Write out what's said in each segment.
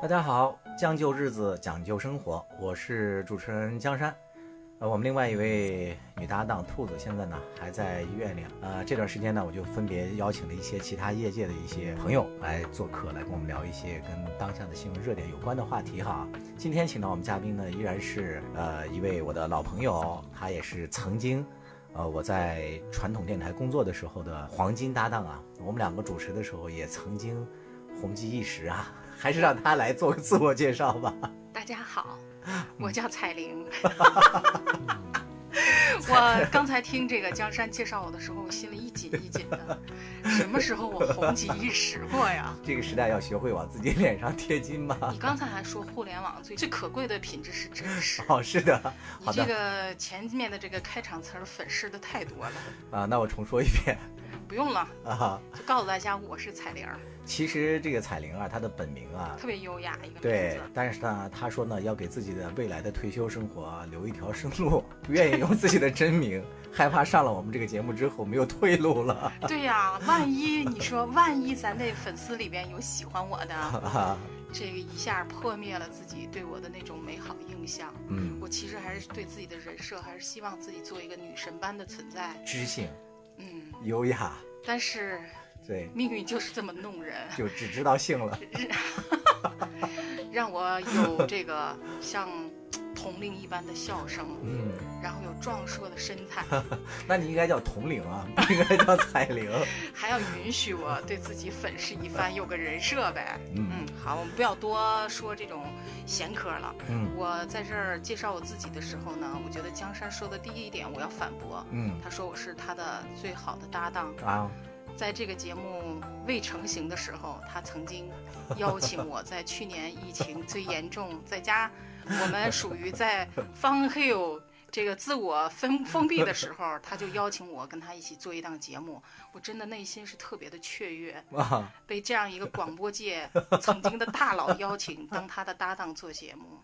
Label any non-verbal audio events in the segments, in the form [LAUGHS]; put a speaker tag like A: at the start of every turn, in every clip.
A: 大家好，将就日子，讲究生活，我是主持人江山。呃，我们另外一位女搭档兔子现在呢还在医院里啊。呃，这段时间呢，我就分别邀请了一些其他业界的一些朋友来做客，来跟我们聊一些跟当下的新闻热点有关的话题哈。今天请到我们嘉宾呢，依然是呃一位我的老朋友，他也是曾经呃，我在传统电台工作的时候的黄金搭档啊，我们两个主持的时候也曾经红极一时啊，还是让他来做个自我介绍吧。
B: 大家好，
A: 嗯
B: 我叫
A: [LAUGHS]
B: 彩玲。我刚才听这个江山介绍我的时候，我心里一紧一紧的。什么时候我红极一时
A: [LAUGHS]
B: 过呀？
A: 这个时代要学会往自己脸上贴金吧。
B: 你刚才还说互联网最最 [LAUGHS] 可贵的品质是真实。
A: 哦，是的，[LAUGHS]
B: 你
A: 好的
B: 这个前面的这个开场词儿粉饰的太多了，
A: 啊，那我重说一遍
B: 不用了，
A: 啊。
B: 就告诉大家我是彩玲儿，
A: 其实这个彩玲啊，她的本名啊，
B: 特别优雅一个名
A: 对
B: 字。，
A: 但是呢，她说呢，要给自己的未来的退休生活啊留一条生路，不愿意用自己的真名，害怕上了我们这个节目之后没有退路了。
B: 对呀、万一你说万一咱那粉丝里边有喜欢我
A: [LAUGHS]
B: 的，
A: 啊，
B: 这个一下破灭了自己对我的那种美好印象。
A: 嗯，
B: 我其实还是对自己的人设，还是希望自己做一个女神般的存在。
A: 知性、
B: 嗯，
A: 优雅，
B: 但是
A: 对，
B: 命运就是这么弄人，
A: 就只知道性了。
B: 让我有这个像铜铃一般的笑声，
A: 嗯，
B: 然后有壮硕的身材，
A: 那你应该叫铜铃啊，不应该叫彩铃。
B: 还要允许我对自己粉饰一番，有个人设呗。
A: 嗯
B: 嗯，好，我们不要多说这种闲嗑了。
A: 嗯
B: 我在这儿介绍我自己的时候呢，我觉得江山说的第一点我要反驳，
A: 嗯
B: 他说我是他的最好的搭档。
A: 啊，
B: 在这个节目未成型的时候，他曾经邀请我在去年疫情最严重，在家我们属于在方 hill 这个自我封封闭的时候，他就邀请我跟他一起做一档节目，我真的内心是特别的雀跃，
A: 哇，
B: 被这样一个广播界曾经的大佬邀请当他的搭档做节目，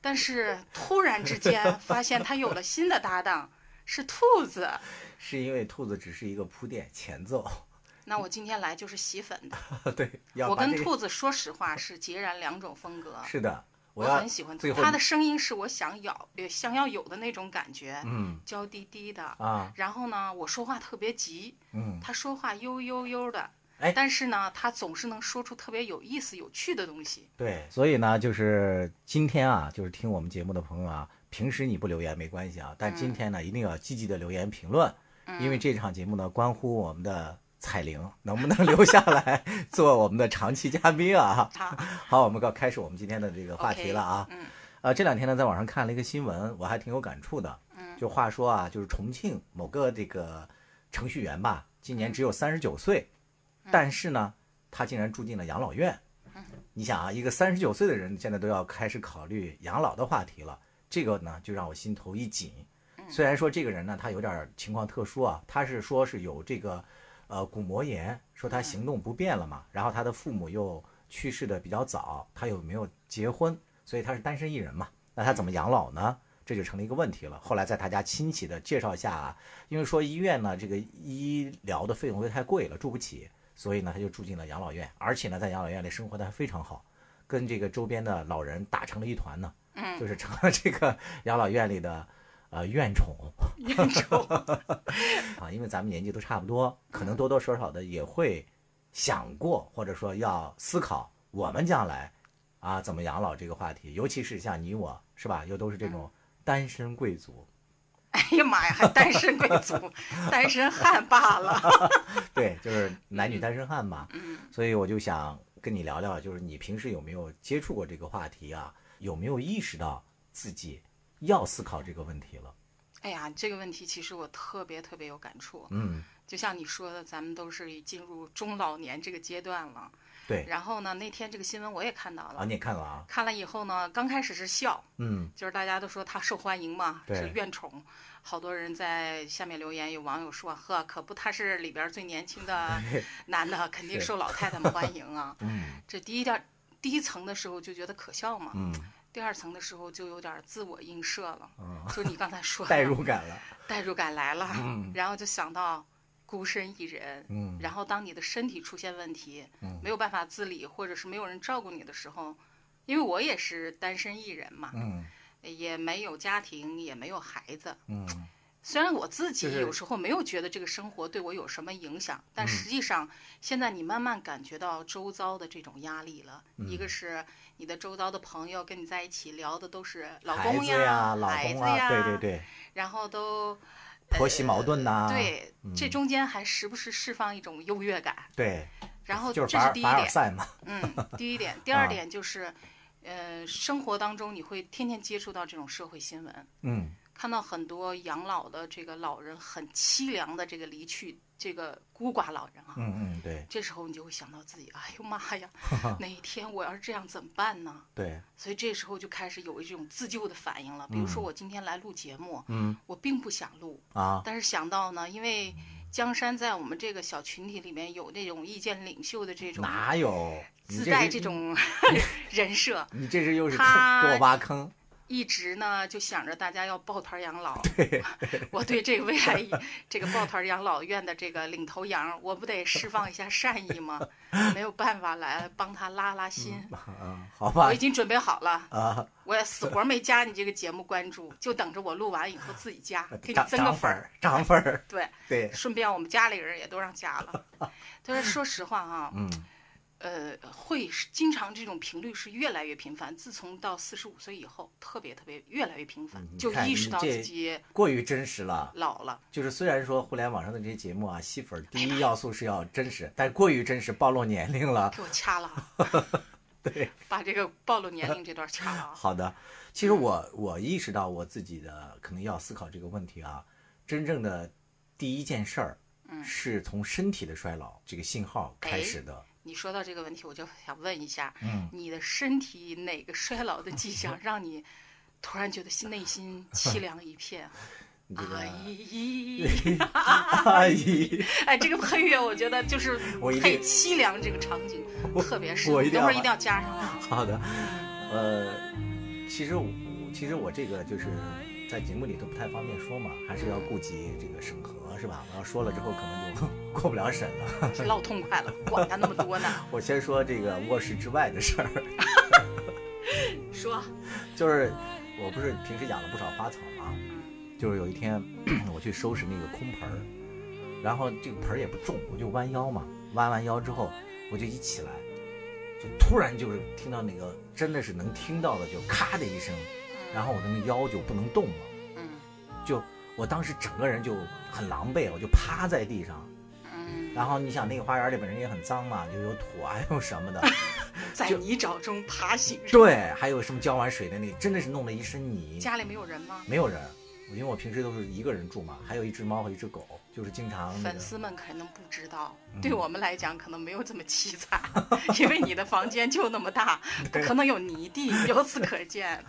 B: 但是突然之间发现他有了新的搭档，是兔子。
A: 是因为兔子只是一个铺垫前奏， [LAUGHS]
B: 那我今天来就是洗粉的，
A: 对，要
B: 我
A: 把
B: 跟
A: 这个
B: 兔子说实话是截然两种风格，
A: 是的，
B: 我
A: 要
B: 很喜欢
A: 最
B: 兔
A: 后
B: 子，它的声音是我想要呃想要有的那种感觉，
A: 嗯
B: 娇滴滴的。
A: 啊
B: 然后呢，我说话特别急，
A: 嗯
B: 他说话悠悠悠的，
A: 哎
B: 但是呢，他总是能说出特别有意思、有趣的东西。
A: 对，所以呢，就是今天啊，就是听我们节目的朋友啊，平时你不留言没关系啊，但
B: 嗯
A: 今天呢，一定要积极的留言评论，因为这场节目呢，关乎我们的彩铃能不能留下来 [LAUGHS] 做我们的长期嘉宾啊。
B: 他
A: [LAUGHS] 好，我们刚开始我们今天的这个话题了啊。
B: 嗯
A: 呃，这两天呢，在网上看了一个新闻，我还挺有感触的。
B: 嗯
A: 就话说啊，就是重庆某个这个程序员吧，今年只有三十九岁，但是呢，他竟然住进了养老院。你想啊，一个三十九岁的人，现在都要开始考虑养老的话题了，这个呢就让我心头一紧。虽然说这个人呢，他有点儿情况特殊啊，他是说是有这个，呃，骨膜炎，说他行动不便了嘛，然后他的父母又去世的比较早，他有没有结婚，所以他是单身一人嘛，那他怎么养老呢？这就成了一个问题了。后来在他家亲戚的介绍下啊，因为说医院呢这个医疗的费用会太贵了，住不起，所以呢他就住进了养老院，而且呢在养老院里生活的还非常好，跟这个周边的老人打成了一团呢，
B: 嗯，
A: 就是成了这个养老院里的呃院宠。
B: 眼中
A: 啊，因为咱们年纪都差不多，可能多多少少的也会想过，或者说要思考我们将来啊怎么养老这个话题，尤其是像你我是吧，又都是这种单身贵族，
B: [LAUGHS] 哎呀妈呀，还单身贵族，单身汉罢了。 [LAUGHS]
A: 对，就是男女单身汉嘛，
B: 嗯
A: 所以我就想跟你聊聊，就是你平时有没有接触过这个话题啊？有没有意识到自己要思考这个问题了？
B: 哎呀，这个问题其实我特别特别有感触，
A: 嗯，
B: 就像你说的，咱们都是进入中老年这个阶段了。
A: 对，
B: 然后呢，那天这个新闻我也看到了，
A: 啊，你也看了啊，
B: 看了以后呢，刚开始是笑，
A: 嗯
B: 就是大家都说他受欢迎嘛，
A: 对
B: 是怨宠。好多人在下面留言，有网友说：“呵，可不，他是里边最年
A: [LAUGHS]
B: 轻的男的，肯定
A: 是
B: 受老太太们欢迎
A: [LAUGHS]
B: 啊。
A: 嗯”
B: 这第一点，第一层的时候就觉得可笑嘛，
A: 嗯，
B: 第二层的时候就有点自我映射了，
A: 嗯 [LAUGHS]
B: 就是你刚才说的
A: 代入感了，
B: 代入感来了，然后就想到，孤身一人，
A: 嗯
B: 然后当你的身体出现问题，
A: 嗯
B: 没有办法自理，或者是没有人照顾你的时候，因为我也是单身一人嘛，
A: 嗯
B: 也没有家庭，也没有孩子。
A: 嗯
B: 虽然我自己
A: 就是嗯
B: 有时候没有觉得这个生活对我有什么影响，但实际上现在你慢慢感觉到周遭的这种压力了。
A: 嗯
B: 一个是你的周遭的朋友跟你在一起聊的都是老
A: 孩
B: 公
A: 子呀，老
B: 孩
A: 公
B: 子
A: 啊，
B: 呀，
A: 对对，对，
B: 然后都
A: 婆媳矛盾呐，
B: 对，这
A: 嗯
B: 中间还时不时释放一种优越感。
A: 对，
B: 然后
A: 就
B: 哦这
A: 是凡
B: 是
A: 尔
B: 第一
A: 凡尔
B: 点，
A: 赛嘛，
B: 嗯，第
A: [LAUGHS]
B: 一点，第
A: 啊
B: 二点就是，呃，生活当中你会天天接触到这种社会新闻，
A: 嗯
B: 看到很多养老的这个老人很凄凉的这个离去，这个孤寡老人啊，
A: 嗯嗯，对
B: 这时候你就会想到自己，哎呦妈
A: [LAUGHS]
B: 呀，哪一天我要是这样怎么办呢？
A: 对，
B: 所以这时候就开始有一种自救的反应了。比如说我今天来录节目，
A: 嗯
B: 我并不想录，
A: 啊，
B: 但是想到呢，因为江山在我们这个小群体里面有那种意见领袖的这种
A: 哪有你
B: 自
A: 这
B: 带
A: 是
B: 这种 [LAUGHS] 人设，
A: 你这是又是坑
B: 他
A: 给我挖坑，
B: 一直呢就想着大家要抱团养老。我对这个未来一这个抱团养老院的这个领头羊，我不得释放一下善意吗？没有办法来帮他拉拉心。
A: 嗯， [LAUGHS] 好吧
B: 我已经准备好了，
A: 啊，
B: 我也死活没加你这个节目关注，就等着我录完以后自己加，
A: [LAUGHS]
B: 给你
A: 涨
B: 增个
A: 涨
B: 粉
A: 粉
B: 儿。
A: 儿，涨粉儿，
B: 对，
A: 对，
B: 顺便我们家里人也都让加了。但是说实话啊，
A: 嗯
B: 呃，会是经常这种频率是越来越频繁。自从到四十五岁以后，特别特别越来越频繁
A: 嗯，你
B: 就
A: 看
B: 意
A: 你
B: 识到
A: 这
B: 自己
A: 过于真实了。
B: 老了。
A: 就是虽然说互联网上的这些节目啊，吸粉儿
B: 哎
A: 第一要素是要真实，但过于真实暴露年龄了。
B: 给我掐了啊，
A: [LAUGHS] 对，
B: 把这个暴露年龄这段掐了啊。
A: 好的，其实我我意识到我自己的可能要思考这个问题啊，真正的第一件事儿，
B: 嗯
A: 是从身体的衰老这个信号开始的。
B: 你说到这个问题，我就想问一下，
A: 嗯，
B: 你的身体哪个衰老的迹
A: [LAUGHS]
B: 象让你突然觉得心内心凄凉
A: [LAUGHS]
B: 一片？啊
A: 这个
B: 哎
A: [LAUGHS] 阿姨，
B: 哎，这个配乐我觉得就是
A: 我一定
B: 配凄凉这个场景
A: 我
B: 特别适
A: 我
B: 合，
A: 一定
B: 等会儿
A: 要
B: 一定要加上
A: [LAUGHS]
B: 啊。
A: 好的，呃，其实我其实我这个就是在节目里头不太方便说嘛，还是要顾及这个审核是吧？我要说了之后可能就 [LAUGHS] 过不了审了。
B: 老痛快了，管他那么多呢。
A: 我先说这个卧室之外的事儿。
B: 说，
A: 就是我不是平时养了不少花草嘛，就是有一天 [CLEARS THROAT] 我去收拾那个空盆儿，然后这个盆儿也不重，我就弯腰嘛，弯完腰之后我就一起来，就突然就是听到那个真的是能听到的就咔的一声， [LAUGHS] 然后我的那个腰就不能动了，
B: 嗯
A: 就我当时整个人就很狼狈，我就趴在地上。
B: 嗯，
A: 然后你想那个花园里本身也很脏嘛，就有土啊， [LAUGHS] 又什么的，
B: 嗯在泥沼中爬行。
A: 对，还有什么浇完水的那，真的是弄了一身泥。
B: 家里没有人吗？
A: 没有人，因为我平时都是一个人住嘛，还有一只猫和一只狗，就是经常那
B: 粉
A: [LAUGHS] 个。
B: 丝们可能不知道，
A: 嗯
B: 对我们来讲可能没有这么
A: [LAUGHS]
B: 凄惨，因为你的房间就那么大，不可能有泥地。由此可
A: [LAUGHS]
B: 见，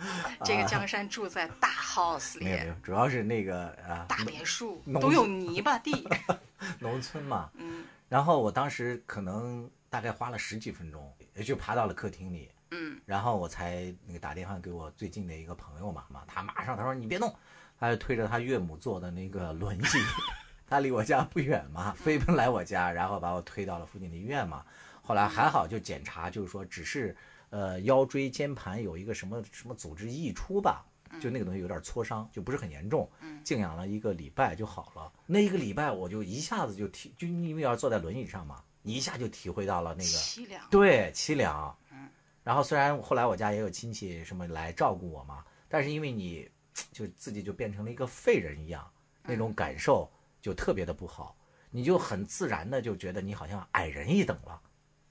B: 这个江山住在大 house
A: 啊没有没
B: 里
A: 有，，主要是那个啊，
B: 大别墅
A: 农
B: 都有泥巴地。
A: [LAUGHS] 农村嘛。
B: 嗯
A: 然后我当时可能大概花了十几分钟，也就爬到了客厅里，
B: 嗯
A: 然后我才那个打电话给我最近的一个朋友嘛嘛，他马上他说你别动，他就推着他岳母坐的那个轮椅， [LAUGHS] 他离我家不远嘛，飞奔来我家，然后把我推到了附近的医院嘛。后来还好就检查，就是说只是呃腰椎间盘有一个什么什么组织溢出吧，就那个东西有点挫伤，就不是很严重。静养了一个礼拜就好了。那一个礼拜我就一下子就体，就因为要坐在轮椅上嘛，一下就体会到了那个
B: 凄凉。
A: 对，凄凉。
B: 嗯
A: 然后虽然后来我家也有亲戚什么来照顾我嘛，但是因为你就自己就变成了一个废人一样，那
B: 嗯
A: 种感受就特别的不好，你就很自然的就觉得你好像矮人一等了，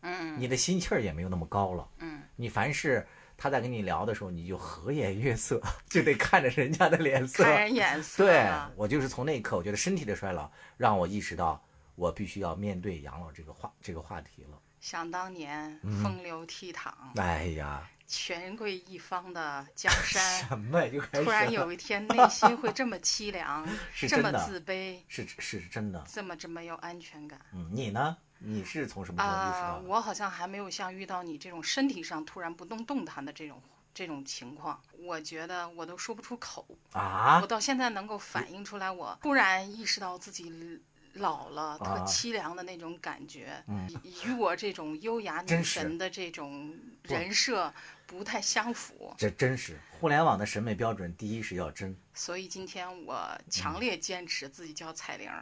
B: 嗯
A: 你的心气儿也没有那么高了。
B: 嗯，
A: 你凡是他在跟你聊的时候，你就和颜悦色，就得看着人家的脸色。
B: 看人眼色。啊
A: 对我就是从那一刻，我觉得身体的衰老让我意识到我必须要面对养老这个话这个话题了。
B: 想当年风流倜傥、
A: 哎呀，
B: 权贵一方的江山。
A: 什么呀？就 [LAUGHS] 开始，
B: 突然有一天内心会这么凄凉
A: [LAUGHS] 是
B: 这
A: 真
B: 么
A: 的
B: 自卑，
A: 是是是真的。
B: 这么这么有安全感
A: 嗯，你呢？你是从什么时嗯候意识
B: 啊、
A: 到的？
B: 我好像还没有像遇到你这种身体上突然不能动弹的这种这种情况，我觉得我都说不出口。
A: 啊
B: 我到现在能够反映出来，我突然意识到自己老
A: 啊
B: 了、特凄凉的那种感觉，
A: 嗯
B: 以以我这种优雅
A: 真
B: 女
A: 是
B: 神的这种人设不太相符。
A: 这真是互联网的审美标准，第一是要真。
B: [LAUGHS] 所以今天我
A: 嗯
B: 强烈坚持自己叫
A: [LAUGHS]
B: 彩玲儿，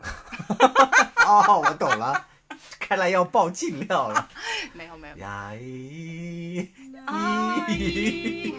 A: 哦，我懂了，看来要爆尽料了。
B: 没有没有，
A: 呀咦，
B: 阿姨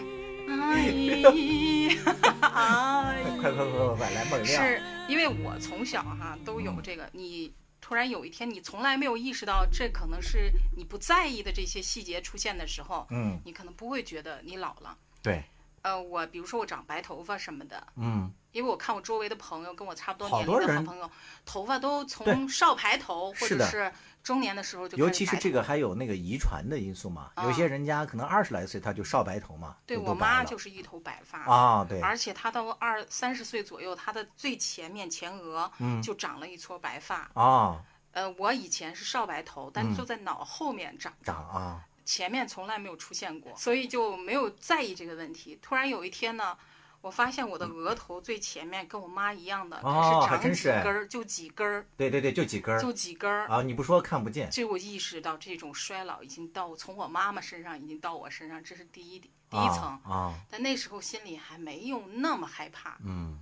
B: 阿
A: 哎
B: 姨阿
A: [LAUGHS]
B: 姨，
A: 快快快快快，来猛料！
B: 哎 [LAUGHS] 是因为我从小哈都
A: 嗯
B: 有这个，你突然有一天你从来没有意识到，这可能是你不在意的这些细节出现的时候，
A: 嗯，
B: 你可能不会觉得你老了。
A: 对，
B: 呃，我比如说我长白头发什么的，
A: 嗯，
B: 因为我看我周围的朋友，跟我差不多
A: 好
B: 年
A: 多
B: 龄的好
A: 人
B: 朋友，头发都
A: 对
B: 从少白头或
A: 是
B: 者
A: 的
B: 是中年的时候就
A: 尤
B: 开
A: 其
B: 始
A: 是
B: 白
A: 这
B: 头。
A: 个还有那个遗传的因素嘛，有些人家可能二十来岁他就少白头嘛，
B: 啊对
A: 就
B: 我
A: 都白
B: 妈
A: 了
B: 就是一头白发，
A: 啊，对，
B: 而且她到二三十岁左右，她的最前面前额
A: 嗯
B: 就长了一撮白发。
A: 啊，
B: 呃，我以前是少白头，但是
A: 嗯
B: 就在脑后面长，
A: 长啊，
B: 前面从来没有出现过，所以就没有在意这个问题。突然有一天呢，我发现我的额头最前面跟我妈一样的，
A: 嗯哦还
B: 开
A: 真
B: 始
A: 是
B: 长几
A: 哎
B: 根儿，就几根儿，
A: 对对对，就几根儿
B: 就几根儿。
A: 啊，你不说看不见，
B: 这我意识到，这种衰老已经到从我妈妈身上，已经到我身上，这是第一第一层
A: 啊。啊，
B: 但那时候心里还没有那么害怕。
A: 嗯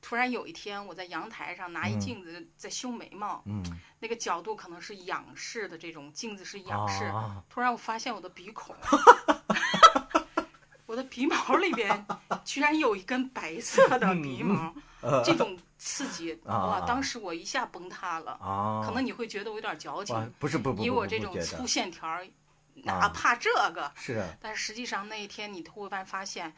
B: 突然有一天，我在阳台上拿一镜子在修眉毛，
A: 嗯，
B: 那个角度可能是仰视的这种镜子是仰视，
A: 啊，
B: 突然我发现我的鼻孔，我的鼻毛里边居然有一根白色的鼻毛，这种刺激
A: 嗯呃啊
B: 哇！当时我一下崩塌了。
A: 啊，
B: 可能你会觉得我有点矫情，
A: 哇不是不不，
B: 以
A: 不
B: 我
A: 不
B: 这
A: 不
B: 种
A: 觉
B: 粗
A: 得啊
B: 线条儿，哪怕这个，
A: 是啊
B: 但实际上那一天你突然发现，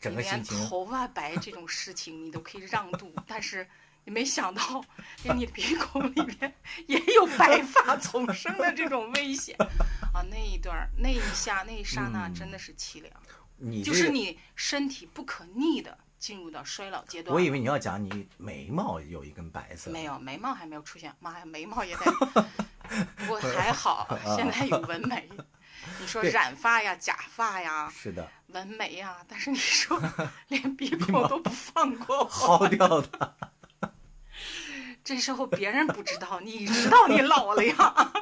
A: 整
B: 你
A: 个
B: 连
A: 心情
B: 头发白这种事情你都可以让渡，但是你没想到，连你的鼻孔里面也有白发丛生的这种危险啊！那一段儿那一下那一刹那真的是凄凉，
A: 嗯你
B: 就
A: 这
B: 是
A: 个
B: 你身体不可逆的进入到衰老阶段。
A: 我以为你要讲你眉毛有一根白色，
B: 没有眉毛还没有出现，妈呀，眉毛也
A: [LAUGHS]
B: 得，我还好，现在有
A: [LAUGHS]
B: 纹眉。你说
A: 啊对
B: 染发呀、假发呀、
A: 是
B: [LAUGHS]
A: 的，
B: 纹眉呀，但是
A: [LAUGHS]
B: 你说连鼻孔都不放过我，
A: 薅掉的。
B: 这时候别人不知道，你知道你老了呀。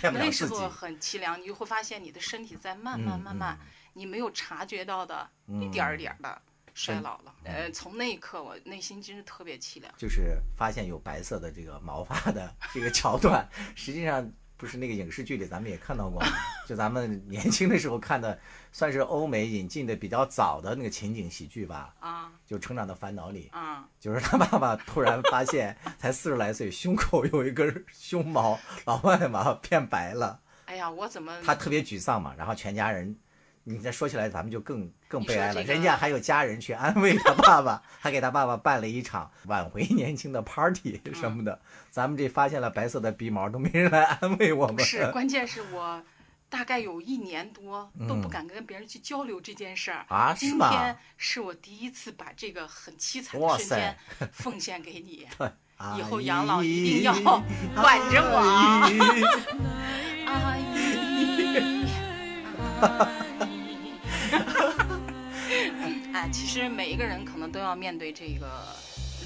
A: 骗不了
B: 那时
A: 自己
B: 候。很凄凉，你就会发现你的身体在慢慢
A: 嗯
B: 慢慢，你没有察觉到的，一点儿一点儿的衰老了。
A: 嗯
B: 呃，从那一刻，我内心真是特别凄凉。
A: 就是发现有白色的这个毛发的这个桥段，实际上不是那个影视剧里咱们也看到过吗，就咱们年轻的时候看的，算是欧美引进的比较早的那个情景喜剧吧，
B: 啊
A: 就《成长的烦恼》里，
B: 啊！
A: 就是他爸爸突然发现才四十来岁，胸口有一根胸毛，老外嘛变白了，
B: 哎呀，我怎么
A: 他特别沮丧嘛，然后全家人。你再说起来，咱们就更更
B: 你
A: 悲
B: 说
A: 哀了。
B: 这个
A: 人家还有家人去安慰他爸爸，还给他爸爸办了一场挽回年轻的 party
B: 嗯
A: 什么的。咱们这发现了白色的鼻毛，都没人来安慰我们
B: 不。
A: [LAUGHS]
B: 是，关键是我大概有一年多都
A: 嗯
B: 不敢跟别人去交流这件事儿。
A: 啊，是
B: 今
A: 吗？
B: 天是我第一次把这个很凄惨的
A: 哇
B: 瞬
A: 塞 [LAUGHS]
B: 间奉献给你，
A: 啊
B: 以后养老一定要挽着我啊。
A: 咦 [LAUGHS]
B: 阿姨，阿姨。哎，其实每一个人可能都要面对这个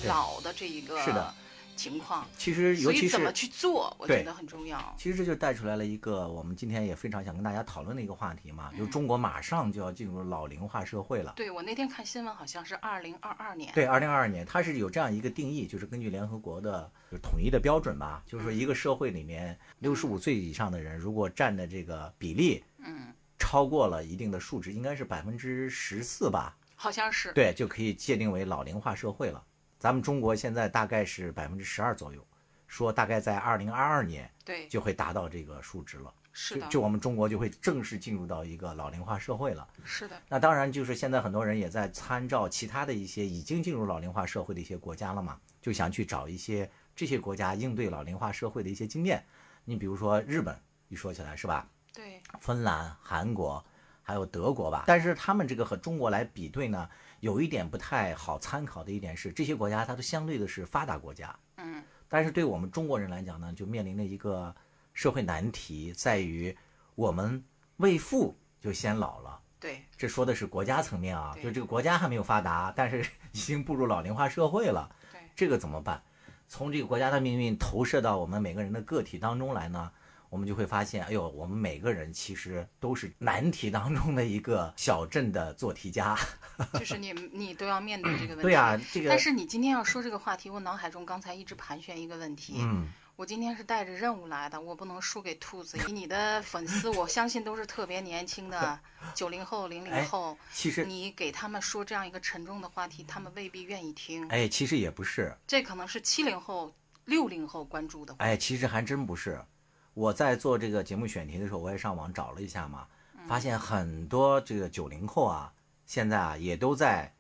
A: 对
B: 老的这一个
A: 是的
B: 情况，
A: [LAUGHS] 其实，尤
B: 所
A: 其
B: 以
A: 是
B: 怎么去做，我
A: 对
B: 觉得很重要。
A: 其实这就带出来了一个我们今天也非常想跟大家讨论的一个话题嘛，就是中国马上就要进入老龄化社会了。
B: 对我那天看新闻，好像是二零二二年。
A: 对，二零二二年它是有这样一个定义，就是根据联合国的就是统一的标准吧，就是说一个社会里面六十五岁以上的人，如果占的这个比例，
B: 嗯，
A: 超过了一定的数值，应该是百分之十四吧，
B: 好像是。
A: 对，就可以界定为老龄化社会了。咱们中国现在大概是百分之十二左右，说大概在二零二二年
B: 对，
A: 就会达到这个数值了。
B: 是
A: 就
B: 的，
A: 就我们中国就会正式进入到一个老龄化社会了。
B: 是的，
A: 那当然就是现在很多人也在参照其他的一些已经进入老龄化社会的一些国家了嘛，就想去找一些这些国家应对老龄化社会的一些经验。你比如说日本，一说起来是吧？
B: 对，
A: 芬兰、韩国，还有德国吧。但是他们这个和中国来比对呢，有一点不太好参考的一点是，这些国家它都相对的是发达国家，
B: 嗯，
A: 但是对我们中国人来讲呢，就面临了一个社会难题，在于我们未富就先老了。
B: 对，
A: 这说的是国家层面啊，[LAUGHS]
B: 对
A: 就这个国家还没有发达，但是已经步入老龄化社会了， [LAUGHS]
B: 对，
A: 这个怎么办？从这个国家的命运投射到我们每个人的个体当中来呢，我们就会发现，哎呦，我们每个人其实都是难题当中的一个小镇的做题家。 [LAUGHS]
B: 就是你你都要面对这个问题。
A: 对呀、这个
B: 但是你今天要说这个话题，我脑海中刚才一直盘旋一个问题。
A: 嗯，
B: 我今天是带着任务来的，我不能输给兔子。你的粉丝，我相信都是特别年
A: [LAUGHS]
B: 轻的，九零后、零
A: 哎
B: 零后，
A: 其实
B: 你给他们说这样一个沉重的话题，他们未必愿意听。
A: 哎，其实也不是，
B: 这可能是七零后、六零后关注的。
A: 哎，其实还真不是。我在做这个节目选题的时候，我也上网找了一下嘛，发现很多这个九零后啊，现在啊也都在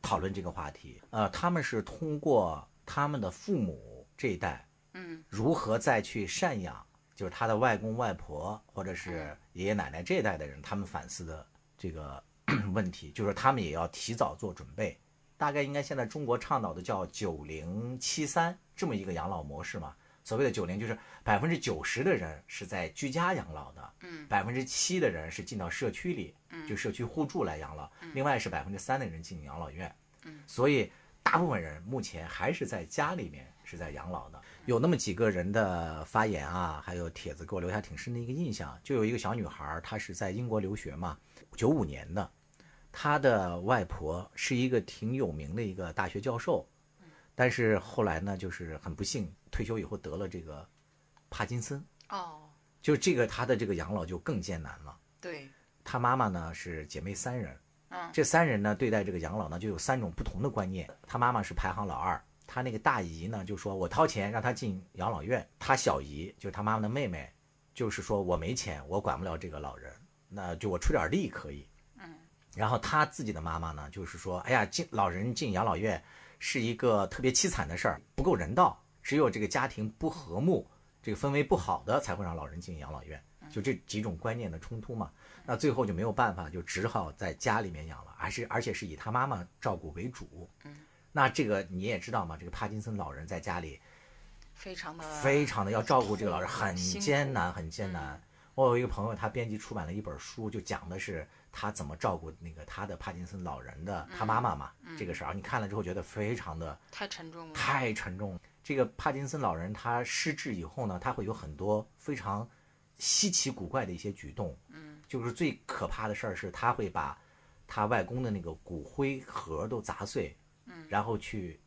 A: 讨论这个话题。呃，他们是通过他们的父母这一代，
B: 嗯
A: 如何再去赡养，就是他的外公外婆或者是爷爷奶奶这一代的人，他们反思的这个 [CLEARS THROAT] 问题，就是他们也要提早做准备。大概应该现在中国倡导的叫九零七三这么一个养老模式嘛。所谓的九零就是百分之九十的人是在居家养老的，
B: 嗯
A: 百分之七的人是进到社区里，就社区互助来养老，另外是百分之三的人进养老院，所以大部分人目前还是在家里面是在养老的。有那么几个人的发言啊，还有帖子给我留下挺深的一个印象，就有一个小女孩儿，她是在英国留学嘛，九五年的，她的外婆是一个挺有名的一个大学教授，但是后来呢，就是很不幸退休以后得了这个帕金森。
B: 哦，
A: 就这个他的这个养老就更艰难了。
B: 对，
A: 他妈妈呢是姐妹三人，
B: 嗯
A: 这三人呢对待这个养老呢就有三种不同的观念。他妈妈是排行老二，他那个大姨呢就说我掏钱让他进养老院，他小姨就是他妈妈的妹妹，就是说我没钱，我管不了这个老人，那就我出点力可以。然后他自己的妈妈呢，就是说，哎呀，进老人进养老院是一个特别凄惨的事儿，不够人道，只有这个家庭不和睦，这个氛围不好的才会让老人进养老院。就这几种观念的冲突嘛，那最后就没有办法，就只好在家里面养了，而是而且是以他妈妈照顾为主。
B: 嗯
A: 那这个你也知道嘛，这个帕金森老人在家里
B: 非常的
A: 非常的要照顾这个老人，
B: 痛苦
A: 很
B: 呃辛苦嗯
A: 艰难，很艰难。我有一个朋友，他编辑出版了一本书，就讲的是他怎么照顾那个他的帕金森老人的
B: 嗯
A: 他妈妈嘛、这个事儿。你看了之后觉得非常的
B: 太沉重了。
A: 太沉重了。这个帕金森老人他失智以后呢，他会有很多非常稀奇古怪的一些举动。嗯，就是最可怕的事儿是，他会把他外公的那个骨灰盒都砸碎，嗯，然后去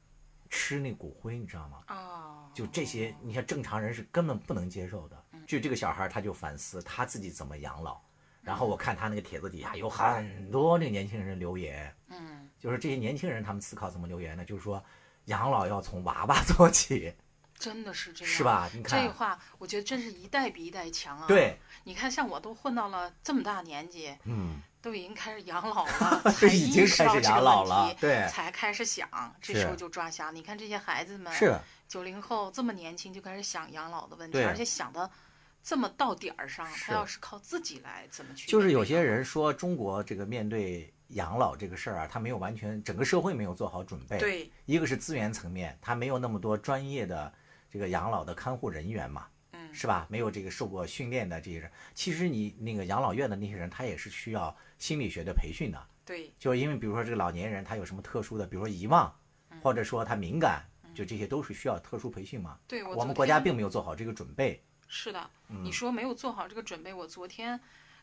A: 吃那骨灰，你知道吗？
B: 哦，
A: 就这些，你看正常人是根本不能接受的。就这个小孩儿，他就反思他自己怎么养老。然后我看他那个帖子底下有很多这个年轻人留言，
B: 嗯，
A: 就是这些年轻人他们思考怎么留言呢？就是说，养老要从娃 [LAUGHS] 娃做起，
B: 真的是这样，
A: 是？吧？你
B: 这
A: 看，啊
B: 话我觉得真是一代比一代强啊。，
A: 对，
B: 你看像我都混到了这么大年纪，
A: 嗯，
B: 都已经开始养老了，
A: [LAUGHS] 这
B: 才
A: 已经
B: 意识
A: 开
B: 到
A: 始
B: 这
A: 养
B: 个
A: 老
B: 问
A: 了，
B: 题，
A: 对，
B: 才开始想，这
A: 是
B: 时候就抓瞎。你看这些孩子们，
A: 是
B: 九零后这么年轻就开始想养老的问题，
A: 对
B: 而且想的这么到点儿上，
A: 是
B: 他要是靠自己来怎么去？
A: 就是有些人说中国这个面对养老这个事儿啊，他没有完全整个社会没有做好准备，
B: 对，
A: 一个是资源层面，他没有那么多专业的这个养老的看护人员嘛，
B: 嗯
A: 是吧？没有这个受过训练的这些人，其实你那个养老院的那些人，他也是需要心理学的培训的，
B: 对，
A: 就是因为比如说这个老年人他有什么特殊的，比如说遗忘，
B: 嗯
A: 或者说他敏感，就这些都是需要特殊培训嘛。
B: 对嗯我
A: 我
B: 昨
A: 们国家嗯
B: 天
A: 并没有做好这个准备，
B: 是的，你说没有做好这个准备，我昨天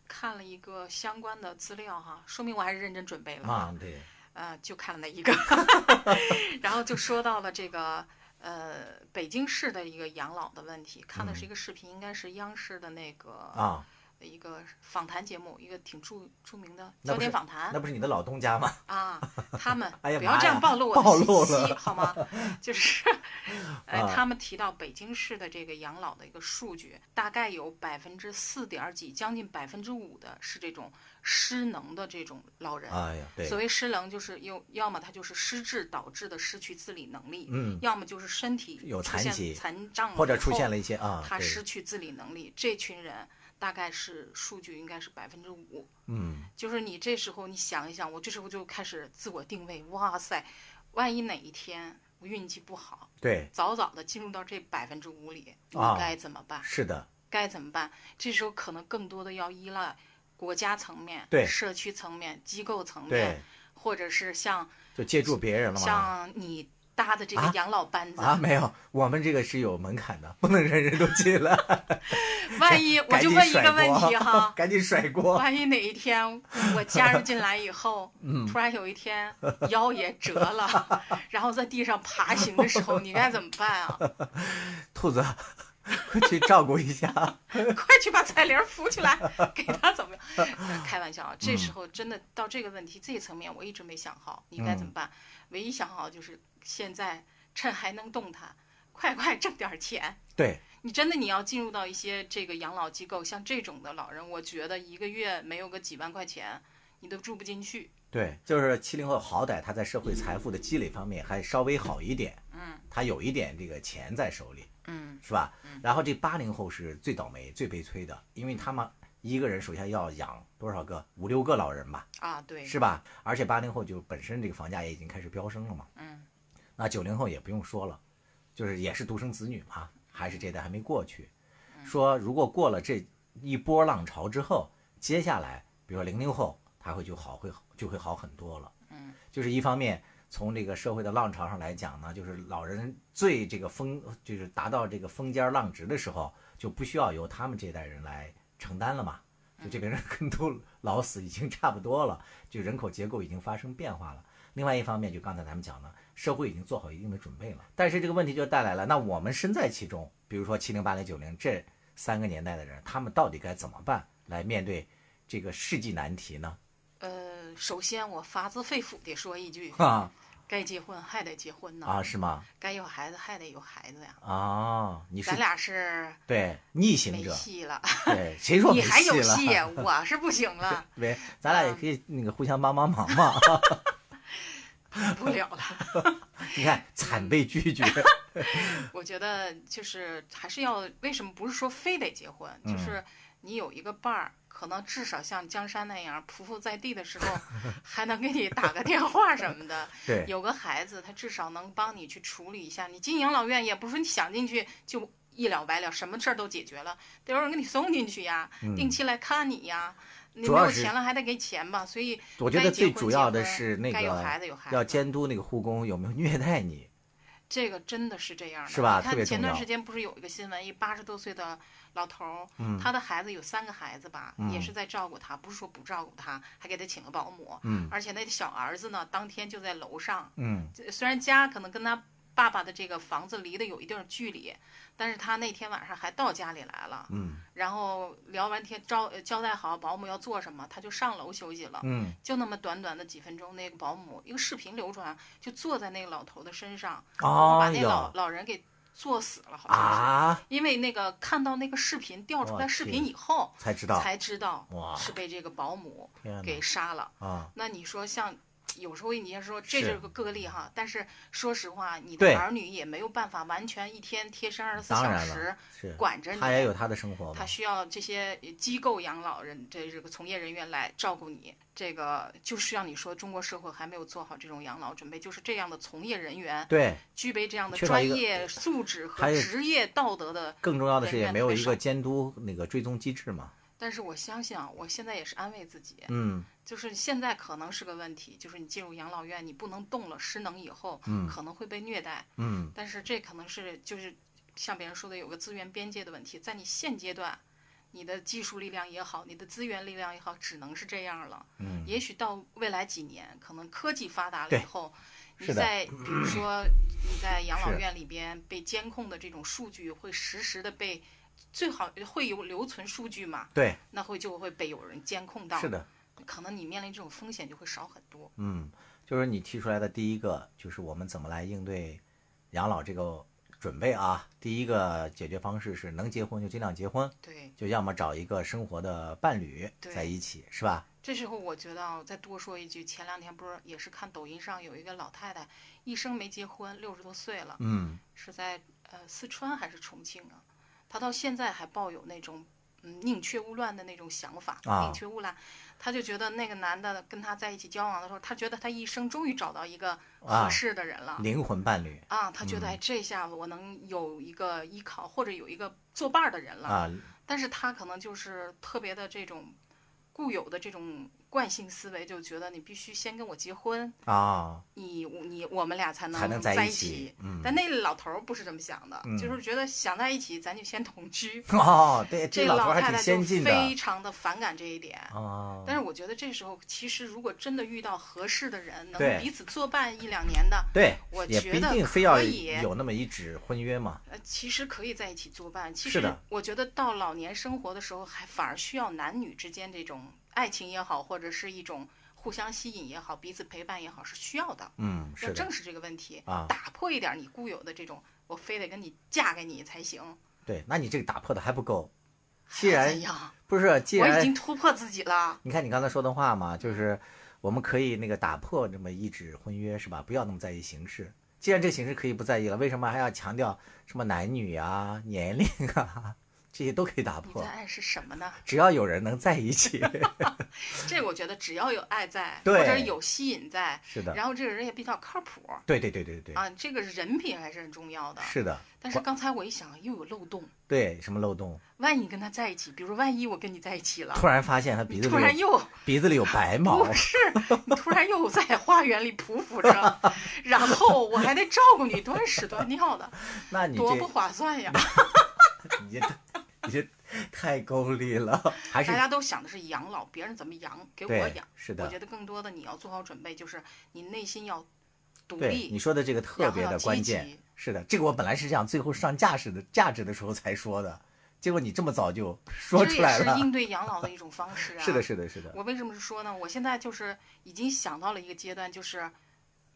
B: 看了一个相关的资料哈，说明我还是认真准备了哈
A: 啊，对，
B: 呃，就看了那一个， [LAUGHS] 然后就说到了这个呃北京市的一个养老的问题，看的是一个视频，应该是央视的那个、
A: 嗯啊，
B: 一个访谈节目，一个挺著著名的
A: 那
B: 焦
A: 不是
B: 点访谈
A: 那不是你的老东家吗？
B: 啊，他们
A: 哎呀
B: 不要
A: 妈
B: 这样
A: 呀
B: 暴露我的
A: 暴
B: 信
A: 露
B: 息
A: 了
B: 好吗？ [LAUGHS]
A: [LAUGHS]
B: 就是，哎
A: 啊，
B: 他们提到北京市的这个养老的一个数据，大概有百分之四点几，将近百分之五的是这种失能的这种老人。
A: 哎呀，对
B: 所，谓失能，就是又要么他就是失智导致的失去自理能力，
A: 嗯，
B: 要么就是身体
A: 有
B: 出
A: 残
B: 现
A: 疾
B: 残障
A: 或者
B: 以
A: 出
B: 后
A: 现了一些啊，
B: 他
A: 对
B: 失去自理能力，这群人大概是数据应该是百分之五。
A: 嗯，
B: 就是你这时候你想一想，我这时候就开始自我定位，哇塞，万一哪一天我运气不好，
A: 对，
B: 早早的进入到这百分之五里，
A: 啊
B: 我该怎么办？
A: 是的，
B: 该怎么办？这时候可能更多的要依赖国家层面、
A: 对
B: 社区层面、机构层
A: 对
B: 面，，或者是像
A: 就借助别人了嘛，
B: 像你搭的这个
A: 啊
B: 养老班子，
A: 啊，没有，我们这个是有门槛的，不 [LAUGHS] 能人人都进来。
B: [LAUGHS] 万一 [LAUGHS] 我
A: 赶
B: 就
A: 紧
B: 问一
A: 甩
B: 个问
A: 锅，
B: 题哈
A: 赶紧甩
B: [LAUGHS]
A: 锅。 [LAUGHS]
B: 万一哪一天我加入进来以后，
A: 嗯
B: 突然有一天腰也折了，然后在地上爬行的时候，你该怎么办啊？ [LAUGHS]
A: 兔子， [LAUGHS] 快去照顾一下。 [LAUGHS]
B: 快去把彩铃儿扶起来，给他怎么样？ [LAUGHS] 呃开玩笑啊，
A: 嗯
B: 这时候真的到这个问题这一层面，我一直没想好，你该怎
A: 嗯
B: 么办？唯一想好就是现在趁还能动弹，快快挣点儿钱。
A: 对，
B: 你真的你要进入到一些这个养老机构，像这种的老人，我觉得一个月没有个几万块钱，你都住不进去。
A: 对，就是七零后，好歹他在社会财富的积累方面还稍微好一点，嗯，他有一点这个钱在手里，
B: 嗯，
A: 是吧？然后这八零后是最倒霉、最悲催的，因为他们一个人首先要养多少个五六个老人吧，
B: 啊，对，
A: 是吧？而且八零后就本身这个房价也已经开始飙升了嘛，
B: 嗯，
A: 那九零后也不用说了，就是也是独生子女嘛，还是这代还没过去，
B: 嗯
A: 说如果过了这一波浪潮之后，接下来比如说零零后，他会就好会就会好很多了，嗯，就是一方面。从这个社会的浪潮上来讲呢，就是老人最这个峰，就是达到这个峰尖浪直的时候，就不需要由他们这代人来承担了嘛，就这边人跟都老死已经差不多了，就人口结构已经发生变化了。另外一方面，就刚才咱们讲的，社会已经做好一定的准备了。但是这个问题就带来了，那我们身在其中，比如说七零、八零、九零这三个年代的人，他们到底该怎么办来面对这个世纪难题呢？ [LAUGHS]
B: 呃，首先我发自肺腑地说一句，
A: 啊
B: 该结婚还得结婚呢，
A: 啊，是吗？
B: 该有孩子还得有孩子呀。
A: 啊，你是
B: 咱俩是
A: 对逆行
B: 没
A: 者，
B: 戏了，
A: 对，谁说
B: 你
A: 没
B: 还
A: 戏
B: 有
A: 了？
B: 戏，嗯我是不行
A: [LAUGHS]
B: 了，
A: 没，咱俩也可以那个互相帮帮忙
B: [LAUGHS]
A: 嘛。
B: 不了了。
A: 你看，惨被拒
B: [LAUGHS]
A: 绝，
B: 我觉得就是还是要，为什么不是说非得结婚？
A: 嗯
B: 就是你有一个伴儿，可能至少像江山那样匍匐在地的
A: [LAUGHS]
B: 时候，还能给你打个电话什么的。
A: 对，
B: 有个孩子，他至少能帮你去处理一下。你进养老院也不是你想进去就一了百了，什么事儿都解决了，得有人给你送进去呀，
A: 嗯
B: 定期来看你呀。你
A: 主
B: 没
A: 要
B: 有
A: 是
B: 钱了还得给钱吧，所以
A: 我觉
B: 该
A: 得
B: 结
A: 最
B: 婚
A: 主
B: 结
A: 要的
B: 婚
A: 是那
B: 该有孩
A: 个
B: 子有孩子，
A: 要监督那个护工有没有虐待你。
B: 这个真的是这样的，
A: 是吧特
B: 你
A: 别
B: 看前段
A: 重要
B: 时间不是有一个新闻，一八十多岁的老头儿，
A: 嗯
B: 他的孩子有三个孩子吧，也是在照顾他，不是说不照顾他，还给他请个保姆，
A: 嗯
B: 而且那小儿子呢，当天就在楼上，
A: 嗯
B: 这虽然家可能跟他爸爸的这个房子离得有一定距离，但是他那天晚上还到家里来了，
A: 嗯
B: 然后聊完天招呃交代好保姆要做什么，他就上楼休息了，
A: 嗯，
B: 就那么短短的几分钟，那个保姆一个视频流传，就坐在那个老头的身上，然后哦把
A: 哎
B: 那
A: 呦
B: 老老人给坐死了，好像是。
A: 啊，
B: 因为那个看到那个视频调出
A: 我
B: 来视频
A: 去
B: 以后，
A: 才知道，
B: 才知道
A: 哇
B: 是被这个保姆
A: 天哪
B: 给杀了。
A: 啊，
B: 那你说像有时候你也说这
A: 是
B: 就是个个例哈，但是说实话，你
A: 对
B: 的儿女也没有办法完全一天贴身二十四
A: 当
B: 小
A: 然了
B: 时
A: 是，
B: 管着你，
A: 他也有他的生活
B: 他
A: 嘛，
B: 需要这些机构养老人这这个从业人员来照顾你。这个就是让你说中国社会还没有做好这种养老准备，就是这样的从业人员
A: 对，
B: 具备这样的
A: 缺少
B: 专
A: 一个
B: 业素质
A: 还
B: 和
A: 有
B: 职业道德的。
A: 更重要的是
B: 人
A: 也
B: 员
A: 没有
B: 特别
A: 一个
B: 少
A: 监督那个追踪机制嘛，
B: 但是我相信啊，我现在也是安慰自己，
A: 嗯，
B: 就是现在可能是个问题，就是你进入养老院你不能动了，失能以后
A: 嗯
B: 可能会被虐待。
A: 嗯，
B: 但是这可能是就是像别人说的有个资源边界的问题，在你现阶段，你的技术力量也好，你的资源力量也好，只能是这样了。嗯，也许到未来几年，可能科技发达了
A: 对
B: 以后，你
A: 是的
B: 在比如说你在养老
A: 是
B: 院里边被监控的这种数据会实时的被。最好会有留存数据嘛？
A: 对，
B: 那会就会被有人监控到。
A: 是的，
B: 可能你面临这种风险就会少很多。
A: 嗯，就是你提出来的第一个，就是我们怎么来应对养老这个准备啊，第一个解决方式是能结婚就尽量结婚，
B: 对，
A: 就要么找一个生活的伴侣
B: 对
A: 在一起，是吧？
B: 这时候我觉得啊我再多说一句，前两天不是也是看抖音上有一个老太太，一生没结婚，六十多岁了，
A: 嗯，
B: 是在呃四川还是重庆啊？她到现在还抱有那种嗯宁缺毋滥的那种想法，
A: 啊
B: 宁缺毋滥，她就觉得那个男的跟她在一起交往的时候，她觉得她一生终于找到一个
A: 啊嗯
B: 合适的人了。
A: 灵魂伴侣
B: 啊，她觉得哎，这下我能有一个依靠或者有一个作伴儿的人了。
A: 啊，
B: 但是他可能就是特别的这种固有的这种惯性思维，就觉得你必须先跟我结婚，
A: 啊， [LAUGHS]
B: 你你我们俩才能
A: 才能在
B: 在
A: 一
B: 一
A: 起
B: 起。
A: 嗯，
B: 但那老头儿不是这么想的，
A: 嗯
B: 就是觉得想在一起，咱就先同居。
A: 哦，对，
B: 这
A: 老头儿
B: 太
A: 还挺
B: 太
A: 先
B: 就
A: 进的
B: 非常的反感这一点。
A: 啊，
B: 但是我觉得这时候，其实如果真的遇到合适的人，
A: 对
B: 能彼此作伴一两年的，
A: 对
B: 我，
A: 也
B: 觉
A: 不一
B: 得
A: 定非要
B: 可以
A: 有那么一纸婚约嘛，
B: 呃，其实可以在一起作伴。其
A: 是
B: 实
A: 的
B: 我觉得到老年生活的时候，还反而需要男女之间这种爱情也好，或者是一种互相吸引也好，彼此陪伴也好，是需要的。
A: 嗯，
B: 要
A: 是的
B: 正视这个问题，
A: 啊，
B: 打破一点你固有的这种，我非得跟你嫁给你才行。
A: 对，那你这个打破的还不够，既
B: 还要
A: 然
B: 怎样？
A: 不是，既
B: 我
A: 然
B: 已经突破自己了。
A: 你看你刚才说的话嘛，就是我们可以那个打破这么一纸婚约是吧？不要那么在意形式。既然这个形式可以不在意了，为什么还要强调什么男女啊、年龄啊这些都可以打
B: 你
A: 破
B: 在？暗示什么呢？
A: 只要有人能在一起， [LAUGHS]
B: 这个我觉得只要有爱在，
A: 对
B: 或者有吸引在，
A: 是的，
B: 然后这个人也比较靠谱
A: 对对对对对，
B: 啊，这个人品还是很重要的。
A: 是的，
B: 但是刚才我一想，又有漏洞。
A: 对什么漏洞？
B: 万一跟他在一起，比如万一我跟你在一起了，
A: 突然发现他鼻子
B: 啊突
A: 里
B: 然
A: 有
B: 又
A: 鼻子里有
B: [LAUGHS]
A: 白毛
B: 不，是，你突然又在花园里匍匐着，然后我还得照顾你端屎端尿的，
A: 那你
B: 多不
A: 这
B: 划算呀！
A: 你这你这太功利了，还是
B: [LAUGHS] 大家都想的是养老，别人怎么养给我
A: 对
B: 养。，
A: 是
B: 我
A: 的
B: 觉，得更多的你要做好准备，就是你内心要独
A: 对你
B: 立，
A: 说的这个特
B: 然后
A: 别
B: 要
A: 的
B: 积
A: 关键。
B: 极。
A: 是的，这个我本来是想最后上价值的价值的时候才说的，结果你这么早就说
B: 这
A: 出
B: 也
A: 来
B: 是
A: 了。
B: 应对养老的一种方式
A: [LAUGHS]
B: 啊。
A: 是的，是的，是的，
B: 我为什么说呢？我现在就是已经想到了一个阶段，就是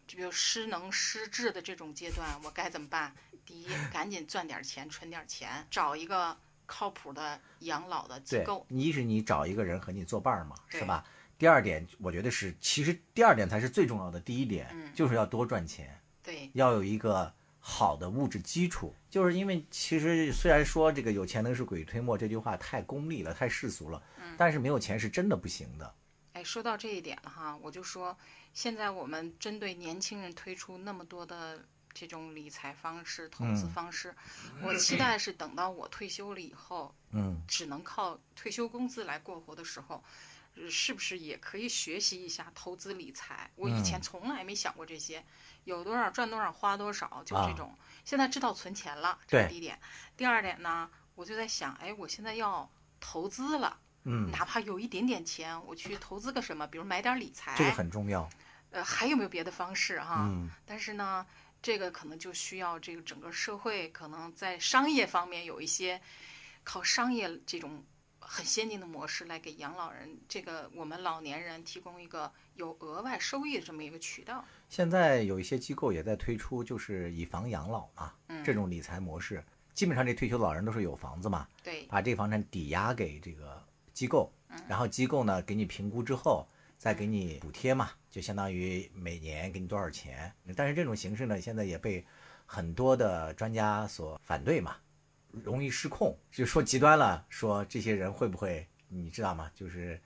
B: 就比如失能失智的这种阶段，我该怎么办？第一，赶紧赚点钱，存点钱，找一个靠谱的养老的机
A: 对
B: 构。。
A: 你一是你找一个人和你作伴儿嘛，是
B: 对
A: 吧？第二点，我觉得是，其实第二点才是最重要的。第一点、
B: 嗯
A: 就是要多赚钱，
B: 对，
A: 要有一个好的物质基础。就是因为其实虽然说这个有钱能使鬼推磨这句话太功利了，太世俗了，
B: 嗯
A: 但是没有钱是真的不行的。
B: 哎，说到这一点了哈，我就说，现在我们针对年轻人推出那么多的这种理财方式、投资
A: 嗯
B: 方式，我期待是等到我退休了以后，
A: 嗯，
B: 只能靠退休工资来过活的时候，呃是不是也可以学习一下投资理财？我以
A: 嗯
B: 前从来没想过这些，有多少赚多少花多少，就
A: 啊哎
B: 这种。现在知道存钱了，这
A: 对
B: 是第一点。第二点呢，我就在想，哎，我现在要投资了，
A: 嗯
B: 哪怕有一点点钱，我去投资个什么，比如买点理财，
A: 这个很重要。
B: 呃，还有没有别的方式哈？
A: 嗯，
B: 但是呢，这个可能就需要这个整个社会可能在商业方面有一些靠商业这种很先进的模式来给养老人，这个我们老年人提供一个有额外收益的这么一个渠道。
A: 现在有一些机构也在推出，就是以房养老嘛，
B: 嗯，
A: 这种理财模式，基本上这退休老人都是有房子嘛，
B: 对，
A: 把这房产抵押给这个机构，
B: 嗯
A: 然后机构呢给你评估之后，再给你补贴嘛，就相当于每年给你多少钱。但是这种形式呢，现在也被很多的专家所反对嘛，容易失控，就说极端了，说这些人会不会，你知道吗？就是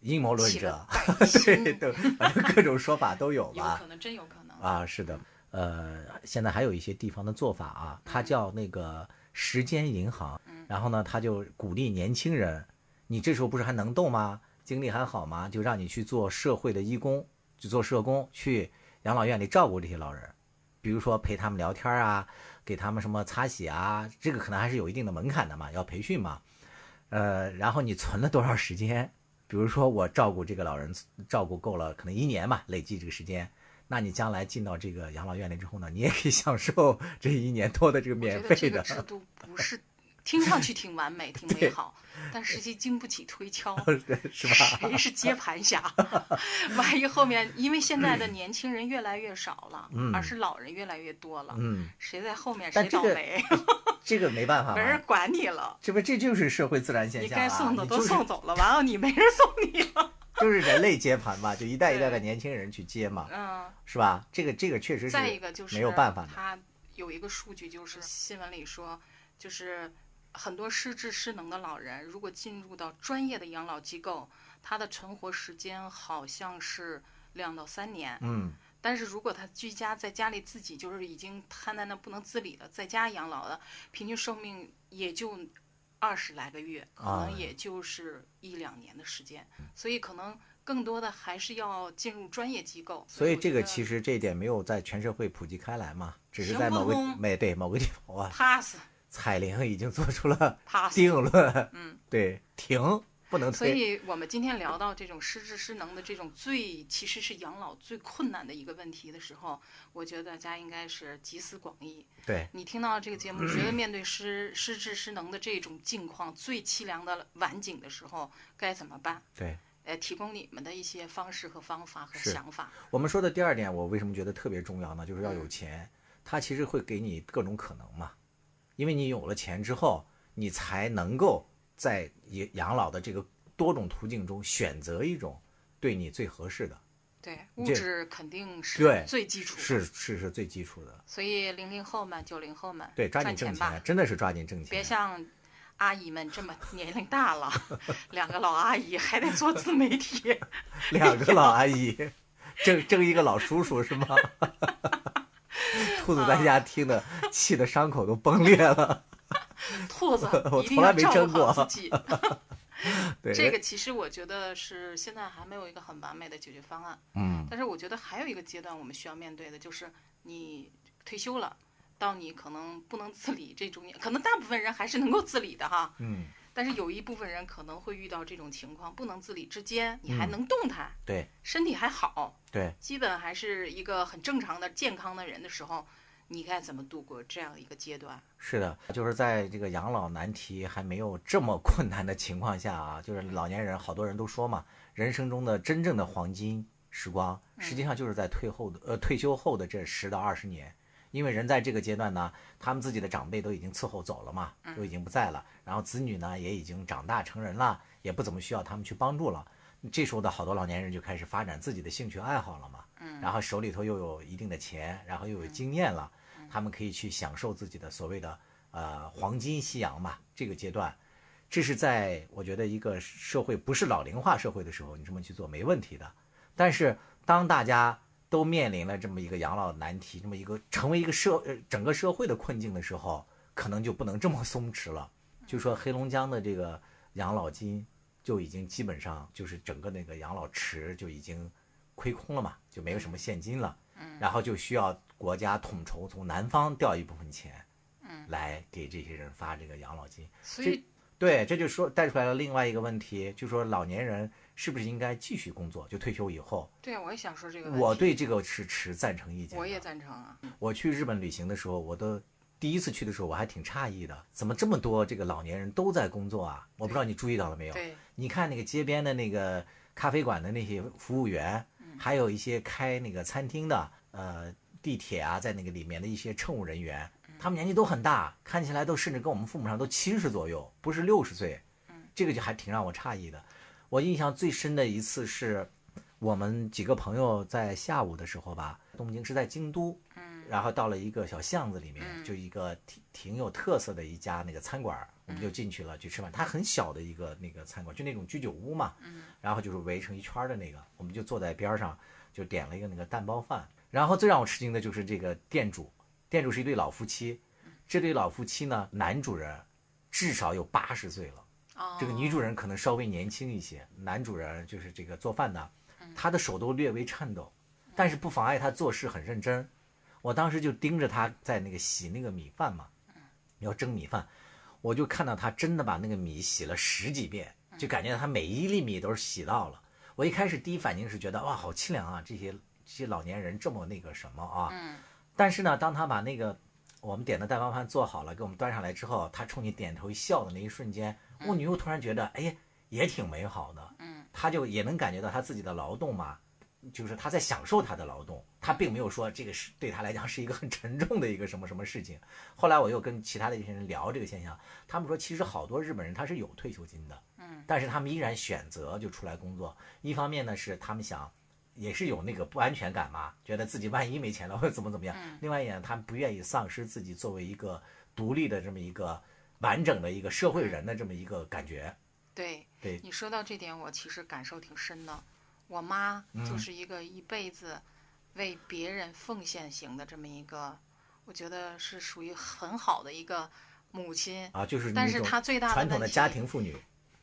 A: 阴谋论
B: 起
A: 者
B: 了，歹
A: [LAUGHS] 对
B: 心，
A: 对，反正各种说法都有
B: 有
A: 吧。
B: 可能，真有可能。
A: 啊，是的，呃，现在还有一些地方的做法啊，它叫那个时间银行，然后呢，它就鼓励年轻人，你这时候不是还能动吗？精力还好吗？就让你去做社会的义工，去做社工，去养老院里照顾这些老人，比如说陪他们聊天啊，给他们什么擦洗啊，这个可能还是有一定的门槛的嘛，要培训嘛，呃，然后你存了多少时间？比如说我照顾这个老人，照顾够了，可能一年嘛，累计这个时间，那你将来进到这个养老院里之后呢，你也可以享受这一年多的这个
B: 我觉
A: 免
B: 得
A: 费
B: 这个
A: 的。
B: 制
A: [LAUGHS]
B: 度不是听上去挺完美、挺美好，但实际经不起推敲。
A: [LAUGHS] 是吧？
B: [LAUGHS] 谁是接盘侠？ [LAUGHS] 万一后面，因为现在的年轻人越来越少了，而是老人越来越多了，
A: 嗯，
B: 谁在后面
A: 但
B: 谁
A: 这
B: 倒
A: 个
B: 霉，
A: 这个没办法
B: [LAUGHS] 没人
A: 嘛，
B: 管你
A: [LAUGHS]
B: 了。
A: 这不这就是社会自然现
B: 你
A: 啊象啊，
B: 该送的
A: 你
B: 都
A: 就是
B: 送走了，完了你没人送你
A: [LAUGHS]
B: 了。
A: 就是人类接盘嘛，就一代一代的
B: 对
A: 年轻人去接嘛，
B: 嗯，
A: 是吧？这个这个确实是
B: 再一个就是
A: 没有办法的
B: 他有一个数据，就是新闻里说，就是很多失智失能的老人，如果进入到专业的养老机构，他的存活时间好像是两到三年。
A: 嗯，
B: 但是如果他居家在家里自己就是已经瘫在那不能自理了，在家养老的，平均寿命也就二十来个月，可
A: 啊
B: 能也就是一两年的时间，所以可能更多的还是要进入专业机构。
A: 所以
B: 我
A: 这
B: 觉
A: 个
B: 得
A: 其实这一点没有在全社会普及开来嘛，只是
B: 行
A: 在
B: 不
A: 某个
B: 通
A: 没对某个地方哇，
B: pass
A: 彩铃已经做出
B: [LAUGHS]
A: 了
B: pass。
A: 定论，
B: 嗯，
A: 对，停不能
B: 所
A: 推，
B: 以我们今天聊到这种失智失能的这种最其实是养老最困难的一个问题的时候，我觉得大家应该是集思广益，
A: 对
B: 你听到这个节
A: 嗯
B: 目，觉得面对失失智失能的这种境况最凄凉的晚景的时候，该怎么办？
A: 对。
B: 呃，提供你们的一些方式和方法和
A: 是
B: 想法。
A: 我们说的第二点，我为什么觉得特别重要呢？就是要
B: 嗯
A: 有钱，它其实会给你各种可能嘛。因为你有了钱之后，你才能够在养养老的这个多种途径中选择一种对你最合适的，
B: 对，物
A: 这
B: 质肯定
A: 对
B: 是最基础的。
A: 是是是最基础的。
B: 所以零零后们、九零后们，
A: 对，抓紧
B: 赚
A: 挣
B: 钱吧，
A: 真的是抓紧挣
B: 别
A: 钱。
B: 像阿姨们这么年龄大
A: [LAUGHS]
B: 了，两个老阿姨还得做自媒体。
A: 两个老阿姨，挣挣一个老叔叔是吗？兔子在
B: 啊
A: 家听的，气的伤口都崩裂了。
B: 兔子
A: 我
B: 一定
A: 从来
B: 要
A: 没
B: 照
A: 蒸
B: 顾好
A: 过
B: 自己。
A: [LAUGHS] 对，
B: 这个其实我觉得是现在还没有一个很完美的解决方案。
A: 嗯，
B: 但是我觉得还有一个阶段我们需要面对的就是你退休了，到你可能不能自理这中间，可能大部分人还是能够自理的哈，
A: 嗯，
B: 但是有一部分人可能会遇到这种情况，不能自理之间你
A: 嗯
B: 还能动弹，
A: 对
B: 身体还好，
A: 对，
B: 基本还是一个很正常的健康的人的时候，你该怎么度过这样一个阶段？
A: 是的，就是在这个养老难题还没有这么困难的情况下啊，就是老年人，好多人都说嘛，人生中的真正的黄金时光，实际上就是在退后的呃退休后的这十到二十年，因为人在这个阶段呢，他们自己的长辈都已经伺候走了嘛，都已经不在了，然后子女呢也已经长大成人了，也不怎么需要他们去帮助了。这时候的好多老年人就开始发展自己的兴趣爱好了嘛，然后手里头又有一定的钱，然后又有经验了，他们可以去享受自己的所谓的呃黄金夕阳嘛，这个阶段，这是在我觉得一个社会不是老龄化社会的时候，你这么去做没问题的。但是当大家都面临了这么一个养老难题，这么一个成为一个社呃整个社会的困境的时候，可能就不能这么松弛了。就说黑龙江的这个养老金就已经基本上就是整个那个养老池就已经亏空了嘛，就没有什么现金了。
B: 嗯
A: 然后就需要国家统筹从南方调一部分钱，嗯，来给这些人发这个养老金。
B: 所以
A: 对，这就说带出来了另外一个问题，就说老年人是不是应该继续工作？就退休以后，
B: 对啊我也想说这个问题，
A: 我对这个是持赞成意见的。
B: 我也赞成啊，
A: 我去日本旅行的时候，我的第一次去的时候，我还挺诧异的，怎么这么多这个老年人都在工作啊？我不知道你注意到了没有？
B: 对，
A: 你看那个街边的那个咖啡馆的那些服务员，还有一些开那个餐厅的，呃，地铁啊，在那个里面的一些乘务人员，他们年纪都很大，看起来都甚至跟我们父母上都七十左右，不是六十岁，这个就还挺让我诧异的。我印象最深的一次是，我们几个朋友在下午的时候吧，东京是在京都，然后到了一个小巷子里面，就一个挺挺有特色的一家那个餐馆儿，我们就进去了去吃饭。它很小的一个那个餐馆，就那种居酒屋嘛，然后就是围成一圈儿的那个，我们就坐在边儿上，就点了一个那个蛋包饭。然后最让我吃惊的就是这个店主，店主是一对老夫妻，这对老夫妻呢，男主人至少有八十岁了。
B: 哦，
A: 这个女主人可能稍微年轻一些，男主人就是这个做饭的，他的手都略微颤抖，但是不妨碍他做事很认真。我当时就盯着他在那个洗那个米饭嘛，要蒸米饭，我就看到他真的把那个米洗了十几遍，就感觉到他每一粒米都是洗到了。我一开始第一反应是觉得哇，好凄凉啊，这些这些老年人这么那个什么啊。但是呢，当他把那个我们点的蛋包饭做好了，给我们端上来之后，他冲你点头一笑的那一瞬间，我女又突然觉得，哎呀，也挺美好的。嗯，他就也能感觉到他自己的劳动嘛，就是他在享受他的劳动，他并没有说这个是对他来讲是一个很沉重的一个什么什么事情。后来我又跟其他的一些人聊这个现象，他们说其实好多日本人他是有退休金的，嗯，但是他们依然选择就出来工作。一方面呢是他们想。也是有那个不安全感嘛，觉得自己万一没钱了或者怎么怎么样。另外一点，他们不愿意丧失自己作为一个独立的这么一个完整的一个社会
B: 嗯
A: 人的这么一个感觉。
B: 对，
A: 对
B: 你说到这点，我其实感受挺深的。我妈
A: 嗯
B: 就是一个一辈子为别人奉献型的这么一个，我觉得是属于很好的一个母亲。
A: 啊，就是
B: 但
A: 那
B: 是
A: 种
B: 她最大的
A: 传统
B: 问
A: 的
B: 题
A: 家庭妇女，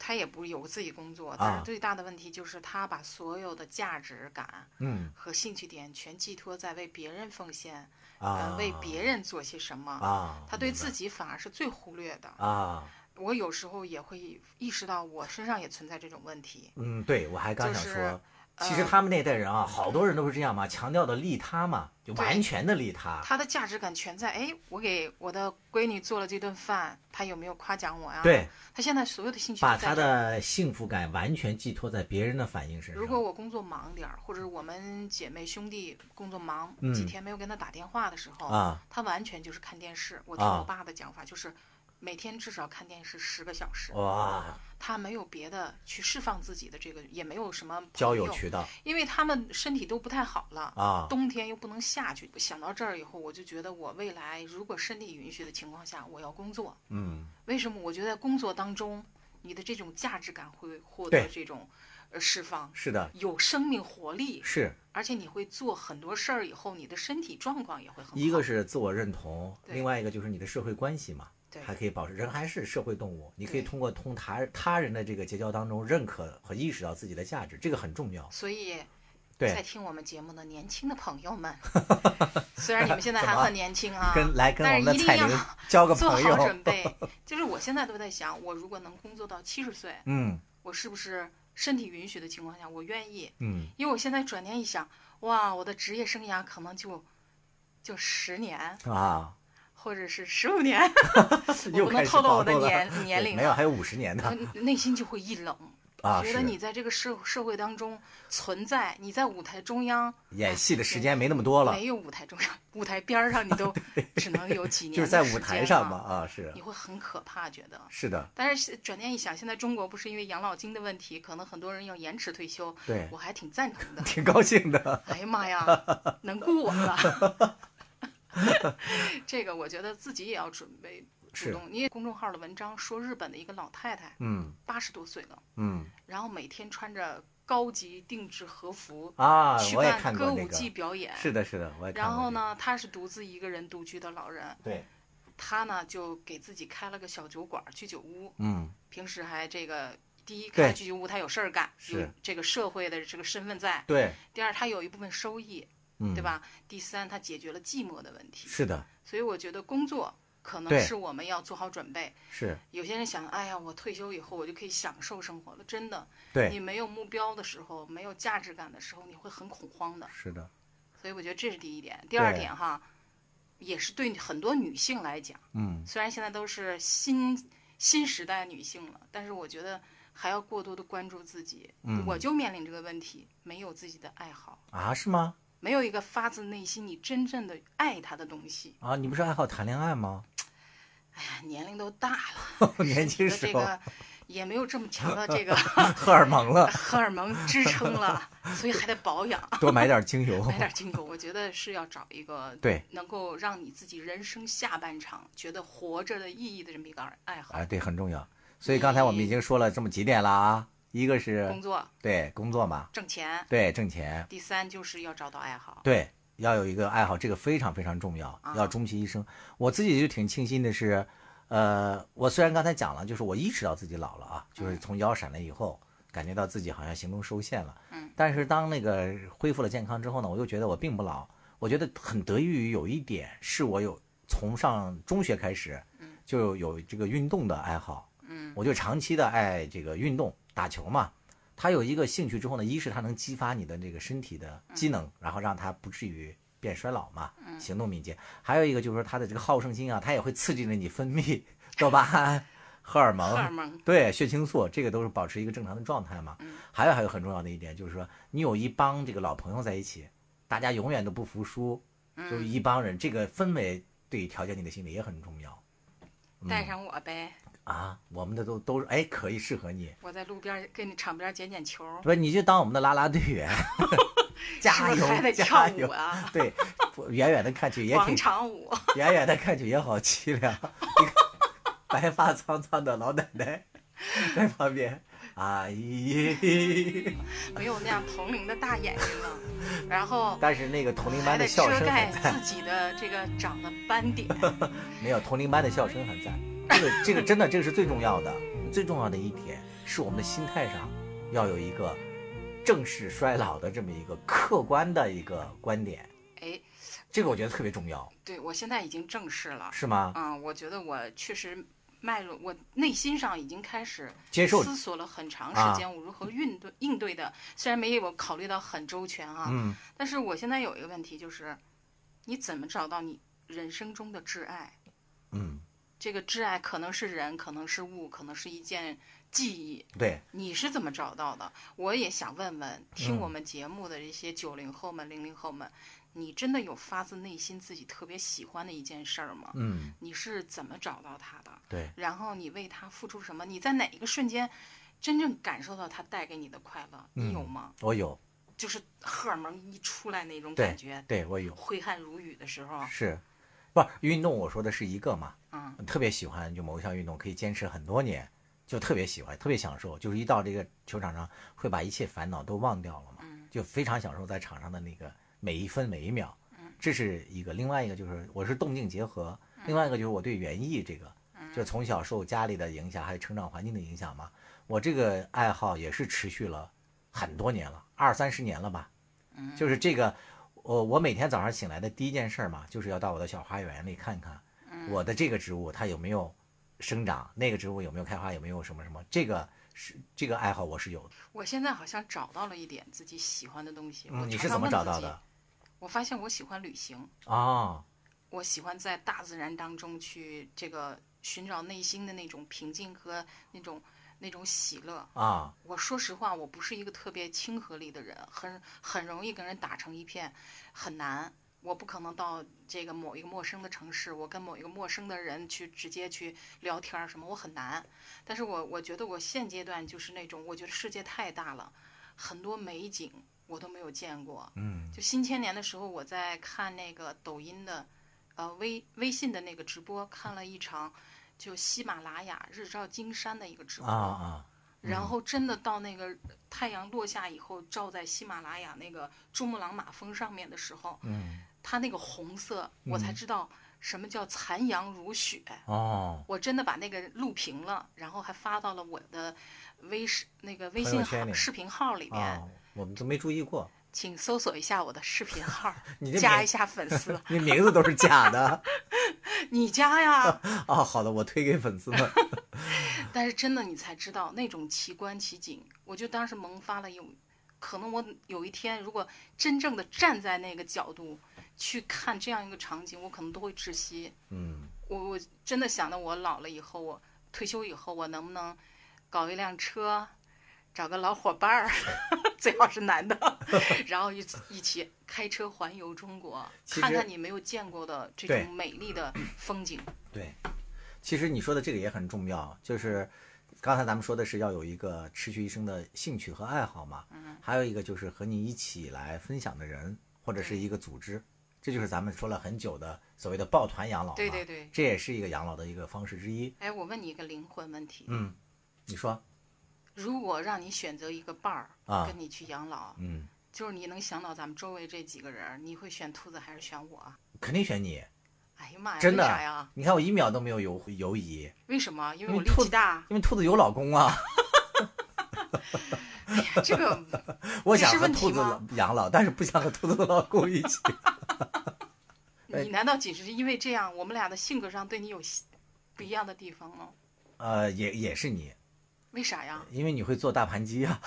B: 他也不有自己工作，
A: 啊
B: 但是最大的问题就是他把所有的价值感
A: 嗯
B: 和兴趣点全寄托在为别人奉献，
A: 啊
B: 呃，，为别人做些什么。
A: 啊，
B: 他对
A: 明白
B: 自己反而是最忽略的。
A: 啊，
B: 我有时候也会意识到，我身上也存在这种问题。
A: 嗯，对我还刚
B: 就
A: 想
B: 是
A: 说，其实
B: 呃
A: 他们那代人啊，好多人都是这样嘛，强调的利他嘛，就
B: 对
A: 完全的利他。
B: 他的价值感全在，哎，我给我的闺女做了这顿饭，她有没有夸奖我呀？，
A: 对，
B: 她现在所有的兴趣
A: 把
B: 都在
A: 他
B: 这儿
A: 的幸福感完全寄托在别人的反应身
B: 如果
A: 上。
B: 我工作忙点儿，或者我们姐妹兄弟工作忙，
A: 嗯
B: 几天没有跟他打电话的时候，
A: 啊
B: 他完全就是看电视。我听
A: 啊
B: 我爸的讲法，就是每天至少看电视十个小
A: 哦
B: 时，
A: 哇，
B: 他没有别的去释放自己的这个，也没有什么
A: 交
B: 朋
A: 友
B: 友，
A: 渠道
B: 因为他们身体都不太好了。
A: 啊，
B: 冬天又不能下去，想到这儿以后，我就觉得我未来如果身体允许的情况下，我要工作。
A: 嗯，
B: 为什么？我觉得在工作当中，你的这种价值感会获
A: 对
B: 得这种呃释放，
A: 是的，
B: 有生命活力，
A: 是
B: 而且你会做很多事儿以后，你的身体状况也会很好。
A: 一个是自我认同，
B: 对
A: 另外一个就是你的社会关系嘛，
B: 对
A: 还可以保持人还是社会动物，你可以
B: 对
A: 通过同他他人的这个结交当中认可和意识到自己的价值，这个很重要。
B: 所以在
A: 对，
B: 听我们节目的年轻的朋友
A: [LAUGHS]
B: 们，虽然你们现在还很年轻啊，
A: 跟来跟
B: 但
A: 我
B: 是
A: 们的
B: 一定
A: 彩
B: 要
A: 铃 [LAUGHS] 交个
B: 做
A: 朋
B: 好
A: 友
B: 准。备。就是我现在都在想，我如果能工作到七十岁，
A: 嗯
B: 我是不是身体允许的情况下，我愿意？
A: 嗯，
B: 因为我现在转念一想，哇，我的职业生涯可能就就十年
A: 啊，
B: 或者是十五年，我
A: [LAUGHS] 又
B: 不
A: 开
B: 能
A: 始
B: 透露
A: 暴
B: 我的
A: 露了
B: 年年
A: [LAUGHS] 对
B: 龄
A: 没有，
B: 了
A: 还有五十年
B: 呃
A: 呢
B: 内心就会一冷。
A: 啊！
B: 觉得
A: 是
B: 你在这个社社会当中存在，你在舞台中央
A: 演戏的时间没那么多了，
B: 没有舞台中央，舞台边儿上你
A: [LAUGHS]
B: 都只能有几年，
A: 就是在舞台上嘛，，啊，是
B: 你会很可怕，觉得。
A: 是的，
B: 但是转念一想，现在中国不是因为养老金的问题，可能很多人要延迟退休，
A: 对。
B: 我还挺赞同
A: [LAUGHS]
B: 的
A: 挺高兴的。
B: 哎呀妈呀，
A: [LAUGHS]
B: 能顾我了。 [LAUGHS] 这个我觉得自己也要准备主
A: 是
B: 动。你公众号的文章说日本的一个老太太，
A: 嗯
B: 八十多岁了，
A: 嗯
B: 然后每天穿着高级定制和服
A: 啊，
B: 去
A: 我也
B: 看
A: 看
B: 歌
A: 过那
B: 舞
A: 个，
B: 伎表演。
A: 是的，是的，我也看过。
B: 然后？呢，他是独自一个人独居的老人，
A: 对，
B: 他呢就给自己开了个小酒馆、居酒屋，
A: 嗯
B: 平时还这个第一
A: 对
B: 开居酒屋他有事儿干，有
A: 是
B: 这个社会的这个身份在；
A: 对，
B: 第二他有一部分收益，
A: 嗯，
B: 对？吧？第三他解决了寂寞的问题。
A: 是的，
B: 所以我觉得工作可能
A: 对
B: 是我们要做好准备。
A: 是
B: 有些人想，哎呀，我退休以后我就可以享受生活了。真的，你
A: 对，
B: 没有目标的时候，没有价值感的时候，你会很恐慌的。
A: 是的，
B: 所以我觉得这是第一点。第二
A: 对
B: 点哈，也是对很多女性来讲，
A: 嗯，
B: 虽然现在都是新新时代女性了，但是我觉得还要过多的关注自己。
A: 嗯
B: 我就面临这个问题，没有自己的爱好，
A: 啊，是吗？
B: 没有一个发自内心你真正的爱他的东西。
A: 啊，你不是爱好谈恋爱吗？，
B: 哎呀，年龄都大了
A: [LAUGHS] 年轻
B: 身体
A: 时候
B: 的这个也没有这么强的这个 [LAUGHS]
A: 荷尔蒙了，
B: 荷尔蒙支撑了，所以还得保养。
A: 多买点精油。
B: 买点精油，我觉得是要找一个
A: 对
B: 能够让你自己人生下半场觉得活着的意义的这么一个爱好。
A: 啊，对，很重要。所以刚才我们已经说了这么几点了啊，一个是
B: 工作
A: 对工作嘛，
B: 挣钱，
A: 对挣钱，
B: 第三就是要找到爱好。啊
A: 对，要有一个爱好，这个非常非常重要，要终其一生。我自己就挺庆幸的是，呃，我虽然刚才讲了，就是我意识到自己老了
B: 嗯
A: 啊，就是从腰闪了以后，感觉到自己好像行动受限了。
B: 嗯。
A: 但是当那个恢复了健康之后呢，我又觉得我并不老。我觉得很得益于有一点是我有从上中学开始，就有这个运动的爱好。嗯。我就长期的爱这个运动，打球嘛。他有一个兴趣之后呢，一是他能激发你的这个身体的机能，然后让他不至于变衰老嘛，行动敏捷。还有一个就是说他的这个好胜心啊，他也会刺激着你分泌 [LAUGHS] 多巴胺、荷尔蒙、
B: 荷尔蒙
A: 对血清素，这个都是保持一个正常的状态嘛。还有还有很重要的一点就是说，你有一帮这个老朋友在一起，大家永远都不服输，
B: 嗯
A: 就是一帮人，这个氛围对调节你的心理也很重要嗯
B: 带上我呗，
A: 啊。我们的都都哎可以适合你。
B: 我在路边儿跟你场边儿捡捡球儿，
A: 不，你就当我们的啦啦队员， [LAUGHS]
B: [LAUGHS] 是
A: 加
B: 不是
A: 油
B: 还得
A: 加
B: 跳舞
A: 油！
B: 啊？
A: 对，不远远的看去也
B: 广
A: 挺，
B: 场舞，
A: 远远的看去也好凄凉。 [LAUGHS] 你看白发苍苍的老奶奶在旁边，啊阿姨。
B: 没有那样同龄的大眼睛了。然后
A: [LAUGHS] 但是那个同龄
B: 还
A: 班
B: 得
A: 的笑
B: 遮
A: 声
B: 盖
A: 还在，
B: 自己的这个长的斑
A: [LAUGHS]
B: 点。
A: 没有同龄班的笑声还在。这个这个真的这个是最重要的，最重要的一点是我们的心态上要有一个正视衰老的这么一个客观的一个观点，
B: 哎，
A: 这个我觉得特别重要，
B: 对我现在已经正视了，
A: 是吗？
B: 啊，我觉得我确实迈入我内心上已经开始
A: 接受
B: 思索了很长
A: 啊
B: 时间，我如何应对应对的。虽然没有考虑到很周全啊，
A: 嗯
B: 但是我现在有一个问题就是，你怎么找到你人生中的挚爱？
A: 嗯，
B: 这个挚爱可能是人，可能是物，可能是一件记忆。
A: 对，
B: 你是怎么找到的？我也想问问听
A: 嗯
B: 我们节目的这些九零后们、零零后们，你真的有发自内心自己特别喜欢的一件事儿吗？
A: 嗯
B: 你是怎么找到他的？
A: 对，
B: 然后你为他付出什么？你在哪一个瞬间真正感受到他带给你的快乐？
A: 嗯
B: 你有吗？
A: 我有，
B: 就是荷尔蒙一出来那种
A: 对
B: 感觉，
A: 对我有，
B: 挥汗如雨的时候，
A: 是，不是运动？我说的是一个嘛，
B: 嗯，
A: 特别喜欢就某一项运动，可以坚持很多年，就特别喜欢，特别享受，就是一到这个球场上，会把一切烦恼都忘掉了嘛，
B: 嗯
A: 就非常享受在场上的那个每一分每一秒，这是一个。另外一个就是我是动静结合，另外一个就是我对园艺这个，就从小受家里的影响，还有成长环境的影响嘛，我这个爱好也是持续了很多年了，二三十年了吧，
B: 嗯
A: 就是这个。我我每天早上醒来的第一件事儿嘛，就是要到我的小花园里看看，我的这个植物它有没有生长，那个植物有没有开花，有没有什么什么，这个是这个爱好我是有的。
B: 我现在好像找到了一点自己喜欢的东西。我
A: 嗯，你
B: 常
A: 是
B: 常
A: 怎么
B: 问
A: 找
B: 自
A: 到
B: 己
A: 的？？
B: 我发现我喜欢旅行，
A: 哦，
B: 我喜欢在大自然当中去这个寻找内心的那种平静和那种那种喜乐。
A: 啊，
B: 我说实话，我不是一个特别亲和力的人，很很容易跟人打成一片，很难。我不可能到这个某一个陌生的城市，我跟某一个陌生的人去直接去聊天儿什么，我很难。但是我我觉得我现阶段就是那种，我觉得世界太大了，很多美景我都没有见过。
A: 嗯，
B: 就新千年的时候，我在看那个抖音的，呃微微信的那个直播，看了一场就喜马拉雅日照金山的一个直播。
A: 啊啊，
B: 然后真的到那个太阳落下以后，照在喜马拉雅那个珠穆朗玛峰上面的时候，
A: 嗯，
B: 它那个红色，我才知道什么叫残阳如雪。
A: 哦，
B: 我真的把那个录屏了，然后还发到了我的微视那个微
A: 朋友
B: 信
A: 圈
B: 号
A: 里
B: 视频号里面，
A: 啊，我们都没注意过，
B: 请搜索一下我的视频号
A: [LAUGHS] 你这，
B: 加
A: 名
B: 一下粉丝，
A: 你名字都是假的 [LAUGHS]
B: 你加呀。
A: 啊。好的，我推给粉丝们。
B: [LAUGHS] 但是真的你才知道那种奇观奇景，我就当时萌发了有，可能我有一天如果真正的站在那个角度去看这样一个场景，我可能都会窒息。
A: 嗯，
B: 我我真的想到我老了以后，我退休以后，我能不能搞一辆车，找个老伙伴儿， [LAUGHS] 最好是男
A: [LAUGHS]
B: 的，然后一起一起开车环游中国，
A: 其实
B: 看看你没有见过的这
A: 对
B: 种美丽的风景。
A: 对，其实你说的这个也很重要，就是刚才咱们说的是要有一个持续一生的兴趣和爱好嘛，
B: 嗯
A: 还有一个就是和你一起来分享的人或者是一个组织，这就是咱们说了很久的所谓的抱团养老嘛，
B: 对对对。
A: 这也是一个养老的一个方式之一。
B: 哎，我问你一个灵魂问题。
A: 嗯，你说，
B: 如果让你选择一个伴儿、
A: 啊
B: 跟你去养老，
A: 嗯，
B: 就是你能想到咱们周围这几个人儿，你会选兔子还是选我？啊
A: 肯定选你，
B: 哎呀妈呀，
A: 真
B: 为啥呀
A: 的？，你看我一秒都没有犹犹疑，
B: 为什么？因为
A: 因
B: 我
A: 为
B: 力
A: 兔。
B: 气大
A: [LAUGHS] 因为兔子有老公啊，
B: 哎呀，这
A: [LAUGHS]
B: 个
A: 我
B: 这
A: 想
B: 是
A: 和
B: 问
A: 兔
B: 题
A: 子
B: 吗
A: 养老，但是不想和兔子的老公一起。哎
B: 你难道仅是因为这样，我们俩的性格上对你有不一样的地方吗？
A: 呃，也也是你，？
B: 为啥呀
A: 因为你会做大盘鸡啊，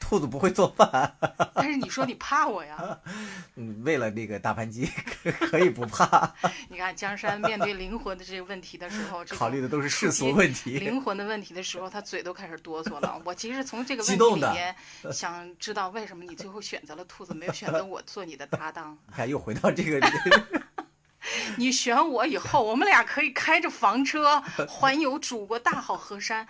A: 兔子不会做饭。
B: 但是你说你怕我呀？ [LAUGHS]
A: 嗯，为了那个大盘鸡，可可以不怕，
B: 你看江山面对灵魂的这个问题的时候，这种
A: 考虑的都是世
B: 触
A: 俗
B: 及
A: 问题。
B: [LAUGHS] 灵魂的问题的时候，他嘴都开始哆
A: [LAUGHS]
B: 嗦了。我其实从这个
A: 激
B: 问
A: 动
B: 题
A: 的
B: 里面想知道，为什么你最后选择了兔子，没有选择我做你的搭档？
A: 你 [LAUGHS] 看，又回到这个
B: 你选我以后，我们俩可以开着房车环游祖国大好
A: [LAUGHS]
B: 河山，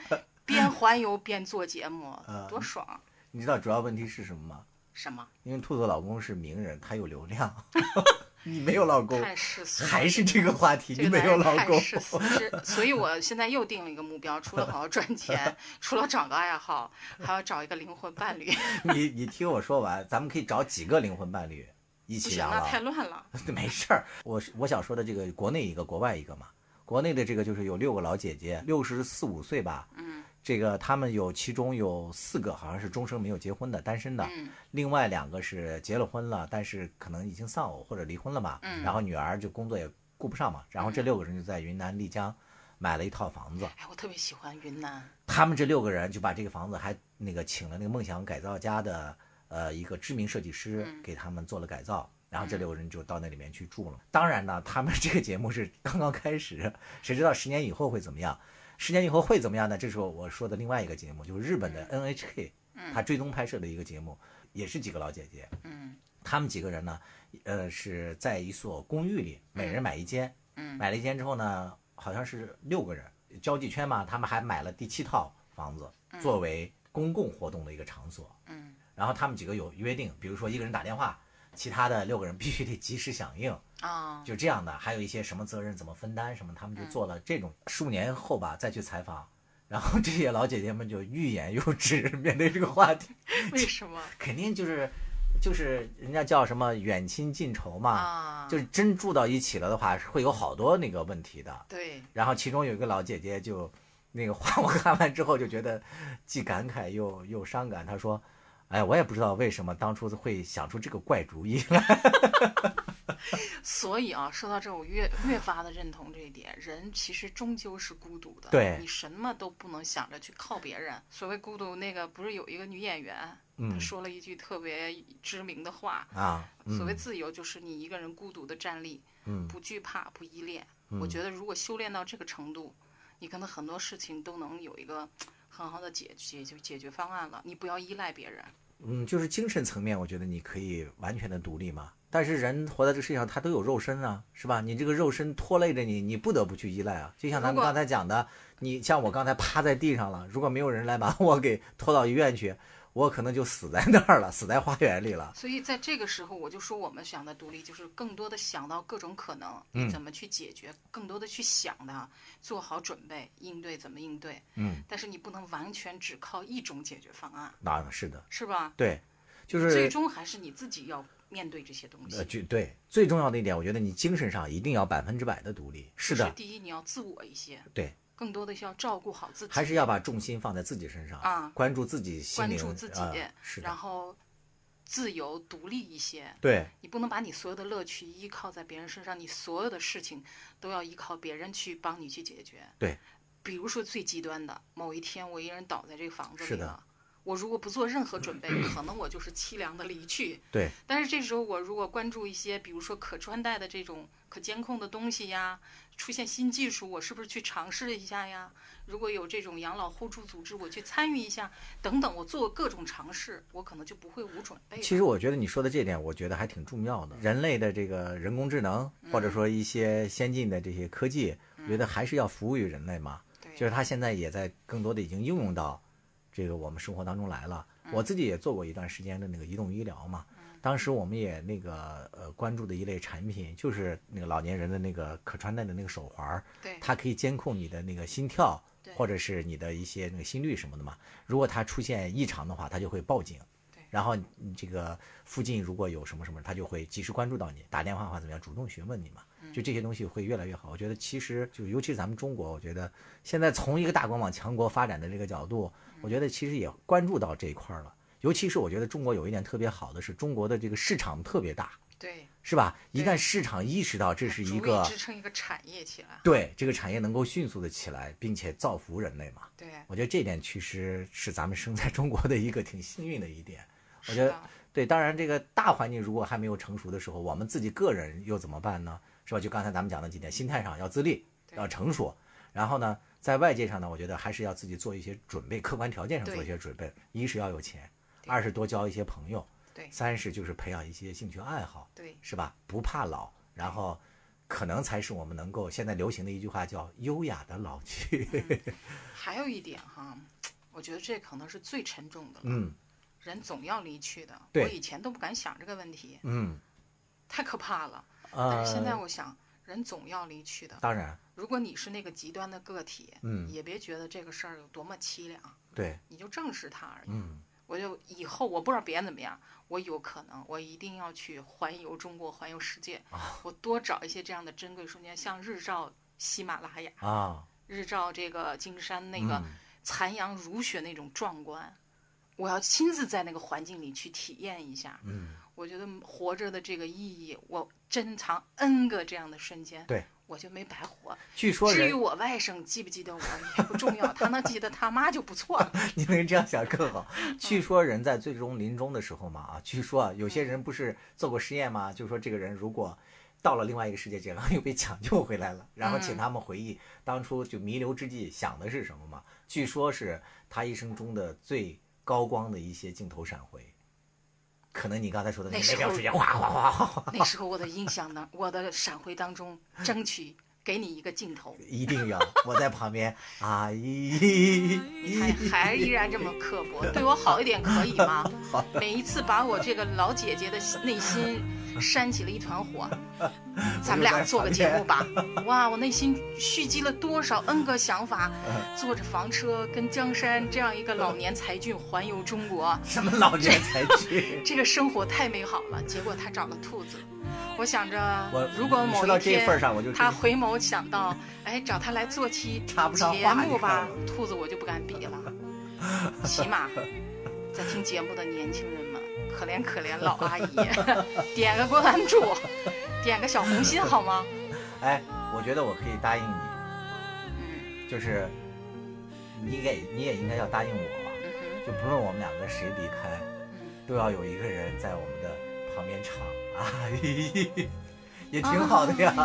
B: 边环游边做节目
A: 嗯，
B: 多
A: [LAUGHS]
B: 爽！啊
A: 你知道主要问题是什么吗？
B: 什么？
A: 因为兔子老公是名人，他有流量，
B: [LAUGHS]
A: 你没有老公，
B: 太世俗了，
A: 哦还是这个话题，
B: 这
A: 你
B: 个
A: 没
B: 男
A: 有
B: 人
A: 老
B: 太
A: 公。
B: 世俗是，所以我现在又定了一个目标，除了好好赚
A: [LAUGHS]
B: 钱，除了找个爱好，还要找一个灵魂伴侣。
A: 你你听我说完，咱们可以找几个灵魂伴侣一
B: [LAUGHS] 不
A: 起
B: 行
A: 养
B: 了，
A: 老。
B: 太乱了。
A: [LAUGHS] 没事儿，我是我想说的这个国内一个，国外一个嘛。国内的这个就是有六个老姐姐，六十四五岁吧，
B: 嗯，
A: 这个他们有其中有四个好像是终生没有结婚的单身的，
B: 嗯
A: 另外两个是结了婚了，但是可能已经丧偶或者离婚了嘛，
B: 嗯
A: 然后女儿就工作也顾不上嘛，然后这六个人就在云南丽江买了一套房子，
B: 哎，我特别喜欢云南，
A: 他们这六个人就把这个房子还那个请了那个梦想改造家的呃一个知名设计师
B: 嗯
A: 给他们做了改造，然后这六个人就到那里面去住了。当然呢，他们这个节目是刚刚开始， [LAUGHS] 谁知道十年以后会怎么样？十年以后会怎么样呢？这是我说的另外一个节目，就是日本的 NHK，它追踪拍摄的一个节目，也是几个老姐姐，
B: 嗯
A: 她们几个人呢，呃是在一所公寓里，每人买一间，
B: 嗯
A: 买了一间之后呢，好像是六个人交际圈嘛，他们还买了第七套房子作为公共活动的一个场所。
B: 嗯，
A: 然后他们几个有约定，比如说一个人打电话，其他的六个人必须得及时响应，
B: 啊，
A: 就这样的。还有一些什么责任怎么分担什么，他们就做了这种。数年后吧，再去采访，然后这些老姐姐们就欲言又止，面对这个话题，
B: 为
A: [LAUGHS]
B: 什么
A: 肯定就是就是人家叫什么远亲近仇嘛，
B: 啊？
A: 就是真住到一起了的话，是会有好多那个问题的。
B: 对，
A: 然后其中有一个老姐姐就，那个话我看完之后就觉得既感慨又又伤感。她说：“哎，我也不知道为什么当初会想出这个怪主意来。
B: 所以啊，说到这儿，我越越发的认同这一点。人其实终究是孤独的，
A: 对
B: 你什么都不能想着去靠别人。所谓孤独，那个不是有一个女演员，她
A: 嗯
B: 说了一句特别知名的话，”
A: 啊，
B: 所谓
A: 嗯
B: 自由，就是你一个人孤独的站立，
A: 嗯
B: 不惧怕，不依恋。我觉得如果修炼到这个程度，你可能很多事情都能有一个很好的解解决解决方案了。你不要依赖别人，
A: 嗯，就是精神层面，我觉得你可以完全的独立嘛。但是人活在这个世界上，他都有肉身啊，是吧？你这个肉身拖累着你，你不得不去依赖啊。就像咱们
B: 如果
A: 刚才讲的，你像我刚才趴在地上了，如果没有人来把 [LAUGHS] 我给拖到医院去，我可能就死在那儿了，死在花园里了。
B: 所以在这个时候，我就说我们想的独立，就是更多的想到各种可能，
A: 嗯
B: 你怎么去解决，更多的去想它，做好准备，应对怎么应对。
A: 嗯，
B: 但是你不能完全只靠一种解决方案，
A: 那啊是的，
B: 是吧？
A: 对，就是
B: 最终还是你自己要面对这些东西
A: 呃，。就对，最重要的一点，我觉得你精神上一定要百分之百的独立。是
B: 就
A: 的，
B: 第一，你要自我一些，
A: 对，
B: 更多的是要照顾好自己，
A: 还是要把重心放在自己身上
B: 啊
A: 关注自己心
B: 关
A: 灵，
B: 注自己，
A: 啊是
B: 然
A: 的，
B: 后自由独立一些。
A: 对，
B: 你不能把你所有的乐趣依靠在别人身上，你所有的事情都要依靠别人去帮你去解决。
A: 对，
B: 比如说最极端的，某一天我一个人倒在这个房子
A: 是
B: 里
A: 的
B: 了，我如果不做任何准备，可能我就是凄凉的离去。
A: 对，
B: 但是这时候我如果关注一些，比如说可穿戴的这种可监控的东西呀，出现新技术，我是不是去尝试一下呀？如果有这种养老互助组织，我去参与一下，等等，我做各种尝试，我可能就不会无准备了。
A: 其实我觉得你说的这点，我觉得还挺重要的。人类的这个人工智能，或者说一些先进的这些科技，我觉得还是要服务于人类嘛。
B: 对
A: 就是它现在也在更多的已经应用到这个我们生活当中来了。我自己也做过一段时间的那个移动医疗嘛，当时我们也那个呃关注的一类产品就是那个老年人的那个可穿戴的那个手环儿，
B: 对
A: 它可以监控你的那个心跳
B: 对
A: 或者是你的一些那个心率什么的嘛。如果它出现异常的话，它就会报警
B: 对。
A: 然后你这个附近如果有什么什么，它就会及时关注到你，打电话或怎么样，主动询问你嘛。
B: 嗯
A: 就这些东西会越来越好。我觉得其实就尤其是咱们中国，我觉得现在从一个大国往强国发展的这个角度，
B: 嗯
A: 我觉得其实也关注到这一块儿了。尤其是我觉得中国有一点特别好的是，中国的这个市场特别大，
B: 对，
A: 是吧？一
B: 对
A: 旦市场意识到这是
B: 足
A: 一
B: 以
A: 个
B: 支撑一个产业起来。
A: 对这个产业能够迅速的起来，并且造福人类嘛。
B: 对，
A: 我觉得这点其实是咱们生在中国的一个挺幸运的一点。我
B: 是
A: 觉得
B: 的，
A: 对，当然这个大环境如果还没有成熟的时候，我们自己个人又怎么办呢？是吧？就刚才咱们讲的几点，心态上要自立，
B: 对
A: 要成熟，然后呢，在外界上呢，我觉得还是要自己做一些准备，客观条件上
B: 对
A: 做一些准备。一是要有钱，
B: 对
A: 二是多交一些朋友，
B: 对
A: 三是就是培养一些兴趣爱好，
B: 对
A: 是吧？不怕老，然后可能才是我们能够现在流行的一句话叫优雅的老去。
B: 还有一点哈，我觉得这可能是最沉重的了。
A: [LAUGHS] 嗯
B: 人总要离去的，我
A: 对
B: 以前都不敢想这个问题，
A: 嗯，
B: 太可怕了。但
A: 呃，
B: 是现在我想，人总要离去的。
A: 当然
B: 如果你是那个极端的个体，
A: 嗯
B: 也别觉得这个事儿有多么凄凉，
A: 对，
B: 你就正视它而已。
A: 嗯
B: 我就以后我不知道别人怎么样，我有可能我一定要去环游中国，环游世界，
A: 啊
B: 我多找一些这样的珍贵瞬间，像日照喜马拉雅、
A: 啊，
B: 日照这个金山那个
A: 嗯
B: 残阳如雪那种壮观，我要亲自在那个环境里去体验一下。
A: 嗯，
B: 我觉得活着的这个意义，我珍藏 N 个这样的瞬间，
A: 对
B: 我就没白活。
A: 据说
B: 至于
A: 人
B: 我外甥记不记得我也不重要，他能记得他妈就不错了。
A: [LAUGHS] 你能这样想更好。据说人在最终临终的时候嘛啊，据说啊，有些人不是做过实验吗？就说这个人如果到了另外一个世界去，然后又被抢救回来了，然后请
B: 嗯
A: 他们回忆当初就弥留之际想的是什么嘛？据说是他一生中的最高光的一些镜头闪回。可能你刚才说的
B: 那
A: 那
B: 时
A: 那段
B: 候
A: 时间，哗哗哗哗哗，
B: 那时候我的印象当，我的闪回当中，争取给你一个镜头，
A: 一定要我在旁边，啊阿姨，
B: 还还依然这么刻薄，对我好一点可以吗？
A: [LAUGHS]
B: 每一次把我这个老姐姐的内心煽起了一团
A: [LAUGHS]
B: 火，咱们俩做个节目吧。哇，我内心蓄积了多少 N 个想法，
A: 嗯
B: 坐着房车跟江山这样一个老年才俊环游中国，
A: 什么老年才俊？
B: 这个生活太美好了。结果他找了兔子，我想
A: 我
B: 着，如果
A: 你
B: 某
A: 说到
B: 一
A: 这
B: 天
A: 份儿上，我就
B: 他回眸想到，哎，找他来做期
A: 插不上
B: 节
A: 话
B: 目吧
A: 你，
B: 兔子我就不敢
A: [LAUGHS]
B: 比了。起码在听节目的年轻人们，可怜可怜老阿姨，
A: [LAUGHS]
B: 点个关注，点个小红心好吗？
A: [LAUGHS] 哎，我觉得我可以答应你，
B: 嗯
A: 就是你给你也应该要答应我，
B: 嗯哼
A: 就不论我们两个谁离开，
B: 嗯
A: 都要有一个人在我们的旁边唱啊，也挺好的呀。哎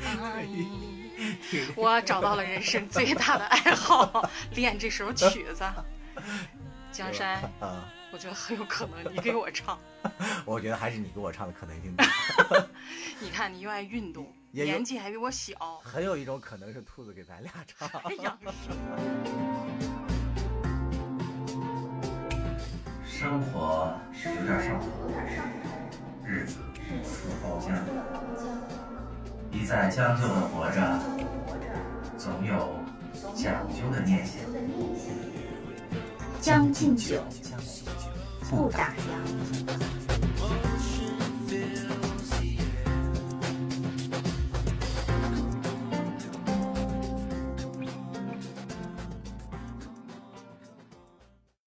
B: 阿姨，阿姨，我找到了人生最大的爱好，练这首曲子。江山，
A: 啊，
B: 我觉得很有可能你给我唱。
A: 我觉得还是你给我唱的可能性大，
B: 你看，你又爱运动，
A: 也有
B: 年纪还比我小。
A: 很有一种可能是兔子给咱俩唱。
B: 哎呀，
C: 生活是有点上头，日子是包浆。你在将就的活着，总有讲究的念想。
D: 将进酒，不打烊。